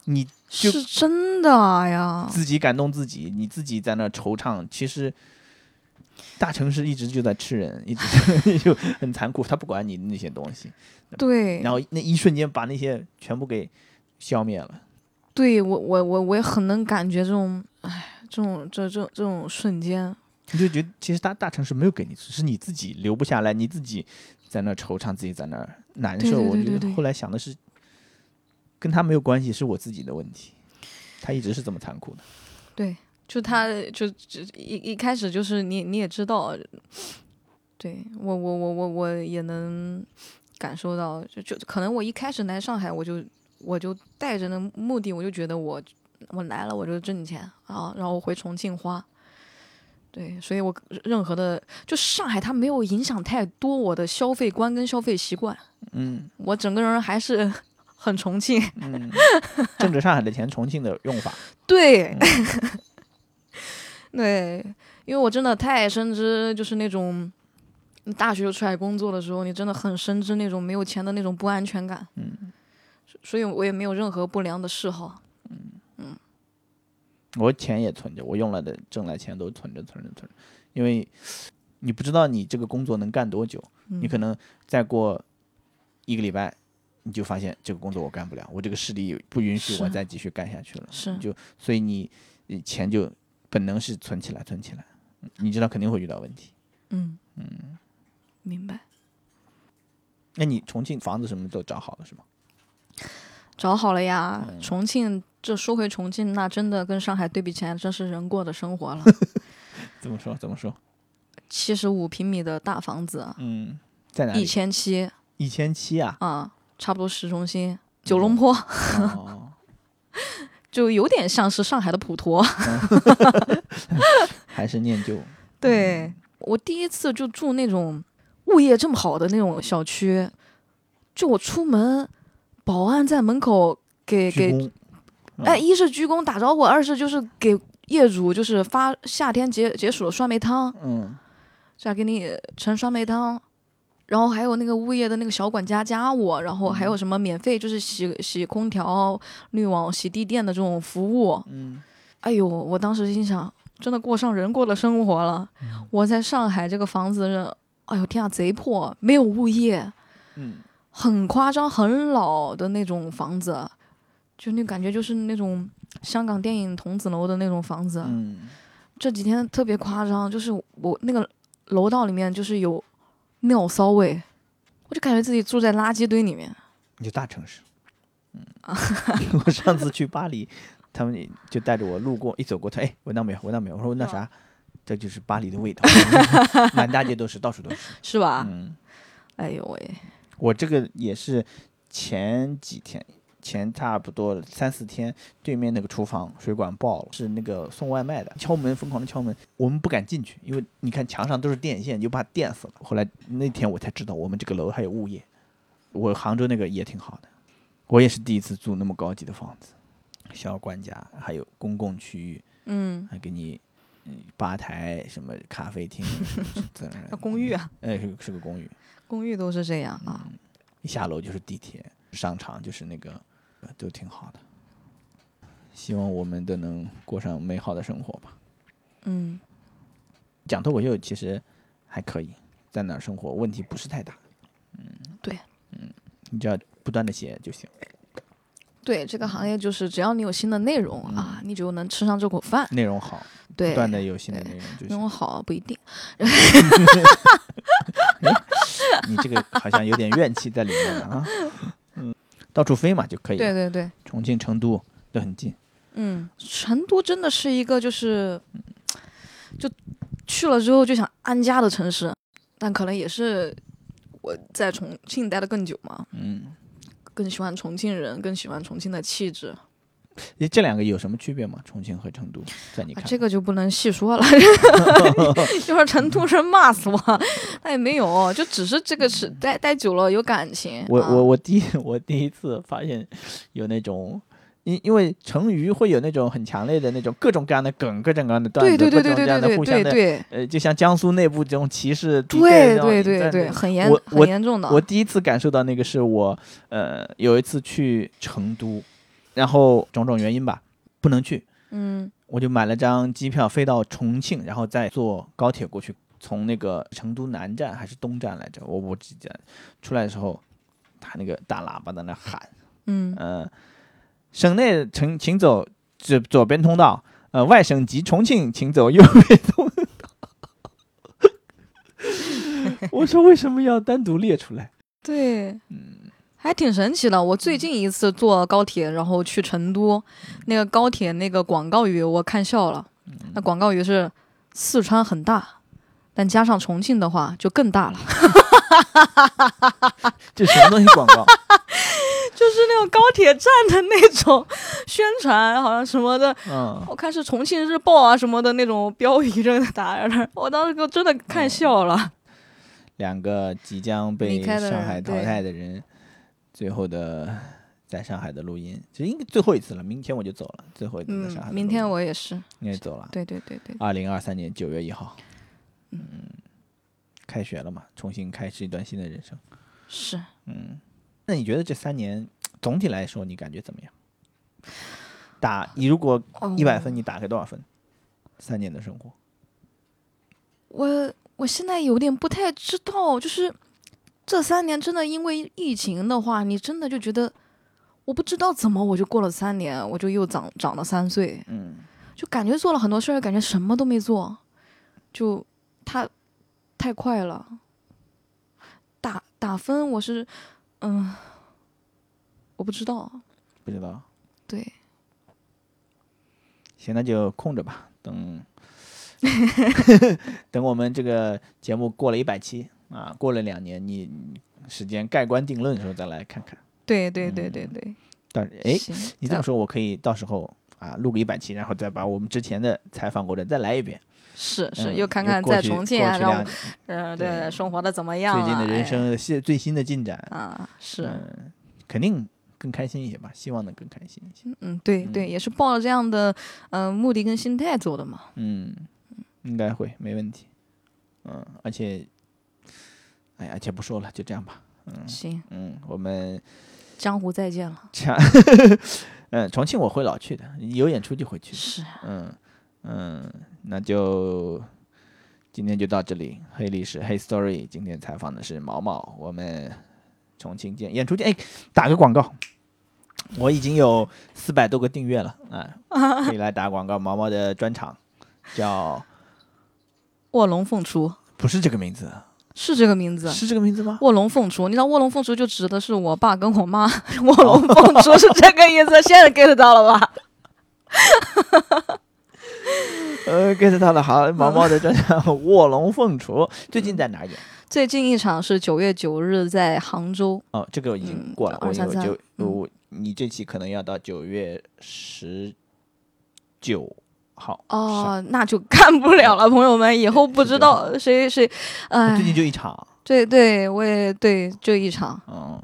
Speaker 2: 你就是
Speaker 1: 真的啊呀！
Speaker 2: 自己感动自己，你自己在那惆怅。其实大城市一直就在吃人，一直就 很残酷，他不管你那些东西。
Speaker 1: 对，
Speaker 2: 然后那一瞬间把那些全部给消灭了。
Speaker 1: 对我我我我也很能感觉这种，哎，这种这这这种瞬间，
Speaker 2: 你就觉得其实大大城市没有给你，只是你自己留不下来，你自己在那儿惆怅，自己在那儿难
Speaker 1: 对
Speaker 2: 受。
Speaker 1: 对
Speaker 2: 我
Speaker 1: 对
Speaker 2: 觉
Speaker 1: 对
Speaker 2: 得
Speaker 1: 对
Speaker 2: 后来想的是，跟他没有关系，是我自己的问题。他一直是这么残酷的。
Speaker 1: 对，就他就就一一开始就是你你也知道，对我我我我我也能感受到，就就可能我一开始来上海，我就我就带着那目的，我就觉得我我来了我就挣钱啊，然后回重庆花。对，所以我任何的就上海，它没有影响太多我的消费观跟消费习惯，
Speaker 2: 嗯
Speaker 1: 我整个人还是 很重庆。
Speaker 2: 嗯， 挣着上海的钱，重庆的用法。
Speaker 1: 对，
Speaker 2: 嗯
Speaker 1: 对，因为我真的太深知，就是那种你大学出来工作的时候，你真的很深知那种没有钱的那种不安全感。
Speaker 2: 嗯，
Speaker 1: 所所以我也没有任何不良的嗜好。
Speaker 2: 我钱也存着，我用了的挣来钱都存着存着存着，因为你不知道你这个工作能干多久，
Speaker 1: 嗯、
Speaker 2: 你可能再过一个礼拜，你就发现这个工作我干不了，我这个视力不允许我
Speaker 1: 是
Speaker 2: 再继续干下去了，
Speaker 1: 是
Speaker 2: 就所以你呃钱就本能是存起来存起来，嗯你知道肯定会遇到问题。
Speaker 1: 嗯嗯，明白。
Speaker 2: 那你重庆房子什么都找好了是吗？
Speaker 1: 找好了呀，
Speaker 2: 嗯
Speaker 1: 重庆。这说回重庆，那真的跟上海对比起来，真是人过的生活 了。
Speaker 2: 怎么说怎么说？
Speaker 1: 七十五平米的大房子，
Speaker 2: 嗯，在哪
Speaker 1: 一
Speaker 2: 里？
Speaker 1: 千七？
Speaker 2: 一千七啊
Speaker 1: 啊，差不多市中
Speaker 2: 嗯
Speaker 1: 心，九龙坡，
Speaker 2: 哦，
Speaker 1: 就有点像是上海的普陀。
Speaker 2: 还是念旧。
Speaker 1: 对我第一次就住那种物业这么好的那种小区，就我出门，保安在门口给
Speaker 2: 鞠
Speaker 1: 给，
Speaker 2: 躬。嗯
Speaker 1: 哎，一是鞠躬打招呼，二是就是给业主就是发夏天解解暑的酸梅汤，
Speaker 2: 嗯，
Speaker 1: 这样给你盛酸梅汤。然后还有那个物业的那个小管家加我，然后还
Speaker 2: 嗯
Speaker 1: 有什么免费就是洗洗空调、滤网、洗地垫的这种服务，
Speaker 2: 嗯
Speaker 1: 哎呦，我当时心想，真的过上人过的生活了。
Speaker 2: 嗯
Speaker 1: 我在上海这个房子，哎呦天啊，贼破，没有物业，
Speaker 2: 嗯，
Speaker 1: 很夸张、很老的那种房子，就那感觉就是那种香港电影筒子楼的那种房子。
Speaker 2: 嗯，
Speaker 1: 这几天特别夸张，就是我那个楼道里面就是有尿骚味，我就感觉自己住在垃圾堆里面。
Speaker 2: 你就大城市。 嗯，我上次去巴黎，他们就带着我路过，一走过，他哎，闻到没有？闻到没有？我说闻到啥？这就是巴黎的味道， 满大街都是，到处都是。
Speaker 1: 是吧？
Speaker 2: 嗯，
Speaker 1: 哎呦喂，
Speaker 2: 我这个也是前几天，前差不多三四天，对面那个厨房水管爆了，是那个送外卖的敲门，疯狂的敲门，我们不敢进去，因为你看墙上都是电线，你就怕电死了。后来那天我才知道，我们这个楼还有物业。我杭州那个也挺好的，我也是第一次住那么高级的房子，小管家，还有公共区域，
Speaker 1: 嗯，
Speaker 2: 还给你。嗯，吧台什么咖啡厅，在那儿
Speaker 1: 公寓啊，
Speaker 2: 哎，是个是个公寓，
Speaker 1: 公寓都是这样啊。
Speaker 2: 一下楼就是地铁，商场就是那个，呃都挺好的。希望我们都能过上美好的生活吧。
Speaker 1: 嗯
Speaker 2: 讲脱口秀其实还可以，在哪儿生活问题不是太大。嗯，
Speaker 1: 对，
Speaker 2: 嗯，你只要不断的写就行，
Speaker 1: 对这个行业，就是只要你有新的内
Speaker 2: 嗯
Speaker 1: 容啊，你就能吃上这口饭。
Speaker 2: 内容好，不
Speaker 1: 对，
Speaker 2: 断的
Speaker 1: 内
Speaker 2: 有新的内容 就行。
Speaker 1: 容好不一定。
Speaker 2: 你这个好像有点怨气在里面了啊。嗯，到处飞嘛就可以了。
Speaker 1: 对对对，
Speaker 2: 重庆、成都都很近。
Speaker 1: 嗯，成都真的是一个就是，就去了之后就想安家的城市，但可能也是我在重庆待的更久嘛，
Speaker 2: 嗯，
Speaker 1: 更喜欢重庆人，更喜欢重庆的气质。
Speaker 2: 诶这两个有什么区别吗？重庆和成都，在你
Speaker 1: 啊
Speaker 2: 看、来
Speaker 1: 这个就不能细 说了，就是成都人骂死我，那也没有，就只是这个是待待久了有感情。
Speaker 2: 嗯我
Speaker 1: 啊
Speaker 2: 我我第一我第一次发现有那种，因因为成语会有那种很强烈的那种各种各样的梗，各种各样的段
Speaker 1: 对对
Speaker 2: 子，
Speaker 1: 对
Speaker 2: 各
Speaker 1: 对
Speaker 2: 种
Speaker 1: 对
Speaker 2: 各样的
Speaker 1: 对
Speaker 2: 互
Speaker 1: 对
Speaker 2: 相的，
Speaker 1: 对。
Speaker 2: 呃，就像江苏内部这种歧视，敌
Speaker 1: 对
Speaker 2: 对这种
Speaker 1: 对对
Speaker 2: 战
Speaker 1: 对，
Speaker 2: 争。
Speaker 1: 很严
Speaker 2: 我我
Speaker 1: 很严重的。
Speaker 2: 我第一次感受到那个是我呃有一次去成都，然后种种原因吧不能去，
Speaker 1: 嗯
Speaker 2: 我就买了张机票飞到重庆，然后再坐高铁过去，从那个成都南站还是东站来着，我我记得出来的时候，他那个大喇叭在那喊，
Speaker 1: 嗯
Speaker 2: 呃，省内请请走左左边通道，呃，外省及重庆请走右边通道。 我说为什么要单独列出来？
Speaker 1: 对，
Speaker 2: 嗯，
Speaker 1: 还挺神奇的。我最近一次坐高铁，然后去成都，那个高铁那个广告语我看笑了。那广告语是“四川很大”，但加上重庆的话就更大了。
Speaker 2: 这什么东西广 告？
Speaker 1: 就是那种高铁站的那种宣传，好像什么的，
Speaker 2: 嗯，
Speaker 1: 我看是《重庆日报》啊什么的那种标语正在打着，我当时给我真的
Speaker 2: 哦
Speaker 1: 看笑了。
Speaker 2: 两个即将被
Speaker 1: 离开的
Speaker 2: 上
Speaker 1: 人
Speaker 2: 海淘
Speaker 1: 对
Speaker 2: 汰的人，最后的在上海的录音，其实应该最后一次了。明天我就走了，最后一次在
Speaker 1: 嗯
Speaker 2: 上海的录音、，
Speaker 1: 明天我也是，
Speaker 2: 应该走了。
Speaker 1: 对对对对，
Speaker 2: 二零二三年九月一号，嗯，开学了嘛，重新开始一段新的人生。
Speaker 1: 是。
Speaker 2: 那你觉得这三年总体来说，你感觉怎么样？打你如果一百
Speaker 1: 哦
Speaker 2: 分，你打给多少分？三年的生活，
Speaker 1: 我我现在有点不太知道，就是这三年真的因为疫情的话，你真的就觉得我不知道怎么我就过了三年，我就又长长了三岁，
Speaker 2: 嗯，
Speaker 1: 就感觉做了很多事儿，感觉什么都没做，就它太快了。打打分我是嗯，我不知道，
Speaker 2: 不知道。
Speaker 1: 对，
Speaker 2: 行，那就空着吧， 等等我们这个节目过了一百期啊，过了两年，你时间盖棺定论的时候再来看看。
Speaker 1: 对对对对对，
Speaker 2: 到哎，
Speaker 1: 嗯行，
Speaker 2: 你这么说，我可以到时候啊录个一百期，然后再把我们之前的采访过的再来一遍。
Speaker 1: 是
Speaker 2: 嗯
Speaker 1: 是，又看
Speaker 2: 又
Speaker 1: 看
Speaker 2: 过
Speaker 1: 在
Speaker 2: 去
Speaker 1: 重庆
Speaker 2: 过
Speaker 1: 啊，
Speaker 2: 去
Speaker 1: 然
Speaker 2: 两
Speaker 1: 后呃
Speaker 2: 对
Speaker 1: 对生活的怎么样
Speaker 2: 最近
Speaker 1: 了
Speaker 2: 的
Speaker 1: 哎
Speaker 2: 人生的现最新的进展，
Speaker 1: 啊，是，
Speaker 2: 嗯，肯定更开心一些吧，希望能更开心一些。
Speaker 1: 嗯，对对，也是抱着这样的嗯、呃目的跟心态走的嘛。
Speaker 2: 嗯，应该会没问题。嗯，而且，哎呀，而且不说了，就这样吧。
Speaker 1: 行，
Speaker 2: 嗯，我们
Speaker 1: 江湖再见了。
Speaker 2: 这样，嗯，重庆我会老去的，有演出就会去的。
Speaker 1: 是，
Speaker 2: 嗯嗯，那就今天就到这里。黑历史黑 story，今天采访的是毛毛，我们重庆见，演出见。哎，打个广告，我已经有四百多个订阅了啊，可以来打广告。毛毛的专场叫
Speaker 1: 卧龙凤雏
Speaker 2: 不是这个名字，
Speaker 1: 是这个名字。
Speaker 2: 是这个名字吗？
Speaker 1: 卧龙凤雏，你知道卧龙凤雏就指的是我爸跟我 妈，卧龙凤雏是这个意思，现在 get 到了吧？
Speaker 2: 呃，get 到 了，好，毛毛的专场《卧龙凤雏》最近在哪儿演？
Speaker 1: 最近一场是九月九日在杭州，
Speaker 2: 哦，这个我已经
Speaker 1: 嗯
Speaker 2: 过了，啊
Speaker 1: 二
Speaker 2: 我
Speaker 1: 三
Speaker 2: 有
Speaker 1: 三
Speaker 2: 九，
Speaker 1: 嗯
Speaker 2: 我你这期可能要到九月十九号上。
Speaker 1: 哦，那就干不了了，朋友们，以后不知道谁谁，
Speaker 2: 我啊哦最
Speaker 1: 哎，
Speaker 2: 近就一场，
Speaker 1: 对对，我也对，就一场，
Speaker 2: 嗯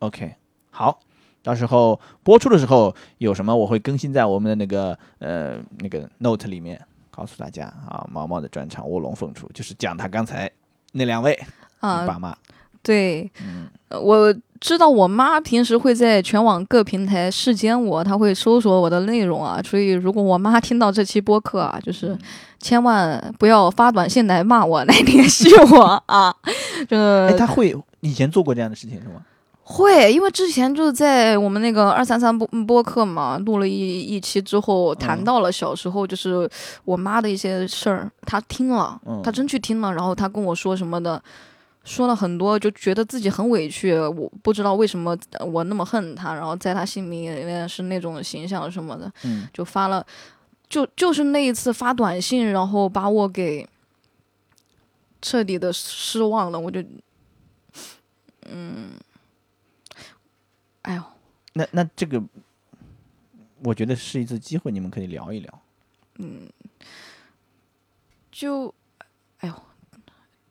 Speaker 2: ，OK，好，到时候播出的时候有什么我会更新在我们的那个呃那个 Note 里面，告诉大家啊，毛毛的专场《卧龙凤雏》就是讲他刚才那两位
Speaker 1: 啊、
Speaker 2: 你爸妈，
Speaker 1: 对，
Speaker 2: 嗯
Speaker 1: 呃我知道我妈平时会在全网各平台视奸我，她会搜索我的内容啊，所以如果我妈听到这期播客啊，就是千万不要发短信来骂我，来联系我啊，
Speaker 2: 哎，
Speaker 1: 这
Speaker 2: 他会以前做过这样的事情是吗？
Speaker 1: 会，因为之前就是在我们那个二三三播嗯播客嘛，录了一一期之后，谈
Speaker 2: 嗯
Speaker 1: 到了小时候就是我妈的一些事儿，她听了，她
Speaker 2: 嗯
Speaker 1: 真去听了，然后她跟我说什么的，说了很多，就觉得自己很委屈，我不知道为什么呃我那么恨她，然后在她心里面是那种形象什么的，
Speaker 2: 嗯，
Speaker 1: 就发了，就就是那一次发短信，然后把我给彻底的失望了，我就，嗯，哎呦，
Speaker 2: 那那这个，我觉得是一次机会，你们可以聊一聊。
Speaker 1: 就，哎呦，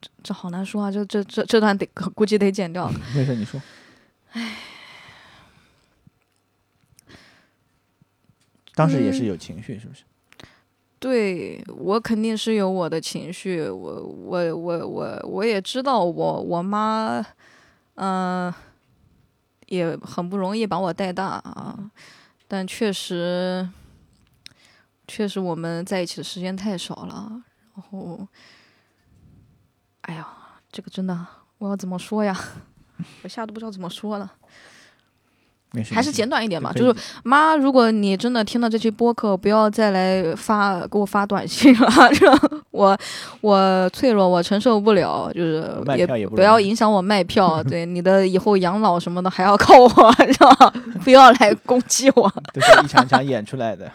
Speaker 1: 这这好难说啊，这这这这段得估计得剪掉。
Speaker 2: 没事，你说。当时也是
Speaker 1: 嗯
Speaker 2: 有情绪，是不是？
Speaker 1: 对我肯定是有我的情绪，我我我我我也知道我我妈，嗯、也很不容易把我带大啊，但确实，确实我们在一起的时间太少了，然后，哎呀， 这个真的我要怎么说呀？我一下都不知道怎么说了。
Speaker 2: 没事，
Speaker 1: 还是
Speaker 2: 没事
Speaker 1: 简短一点吧。
Speaker 2: 可以
Speaker 1: 就是妈，如果你真的听到这期播客，不要再来发给我发短信了，这 我我脆弱，我承受不了，就是
Speaker 2: 卖
Speaker 1: 也
Speaker 2: 票也不
Speaker 1: 不要
Speaker 2: 容易
Speaker 1: 影响我卖票。对你的以后养老什么的还要靠我，是吧？ 不要来攻击我。
Speaker 2: 都是一场一场演出来的。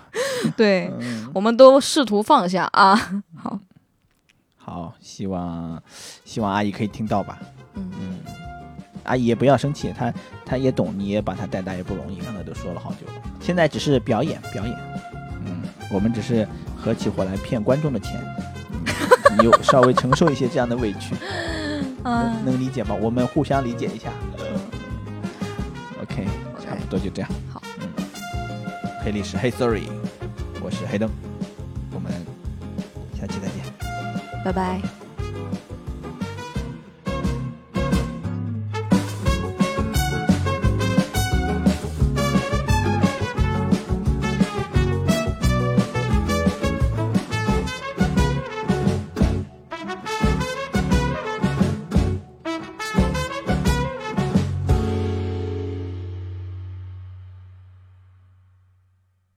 Speaker 1: 对，
Speaker 2: 嗯，
Speaker 1: 我们都试图放下啊。
Speaker 2: 好，希望希望阿姨可以听到吧。
Speaker 1: 嗯
Speaker 2: 嗯，阿姨也不要生气，她她也懂，你也把她带大也不容易，刚才都说了好久了。现在只是表演表演，嗯，我们只是合起伙来骗观众的钱，嗯你有稍微承受一些这样的委屈，能
Speaker 1: 嗯，
Speaker 2: 能理解吗？我们互相理解一下。OK，差不多就这样。
Speaker 1: 好，
Speaker 2: 嗯，黑历史，黑 sorry，我是黑灯，我们下期再见。
Speaker 1: 拜拜。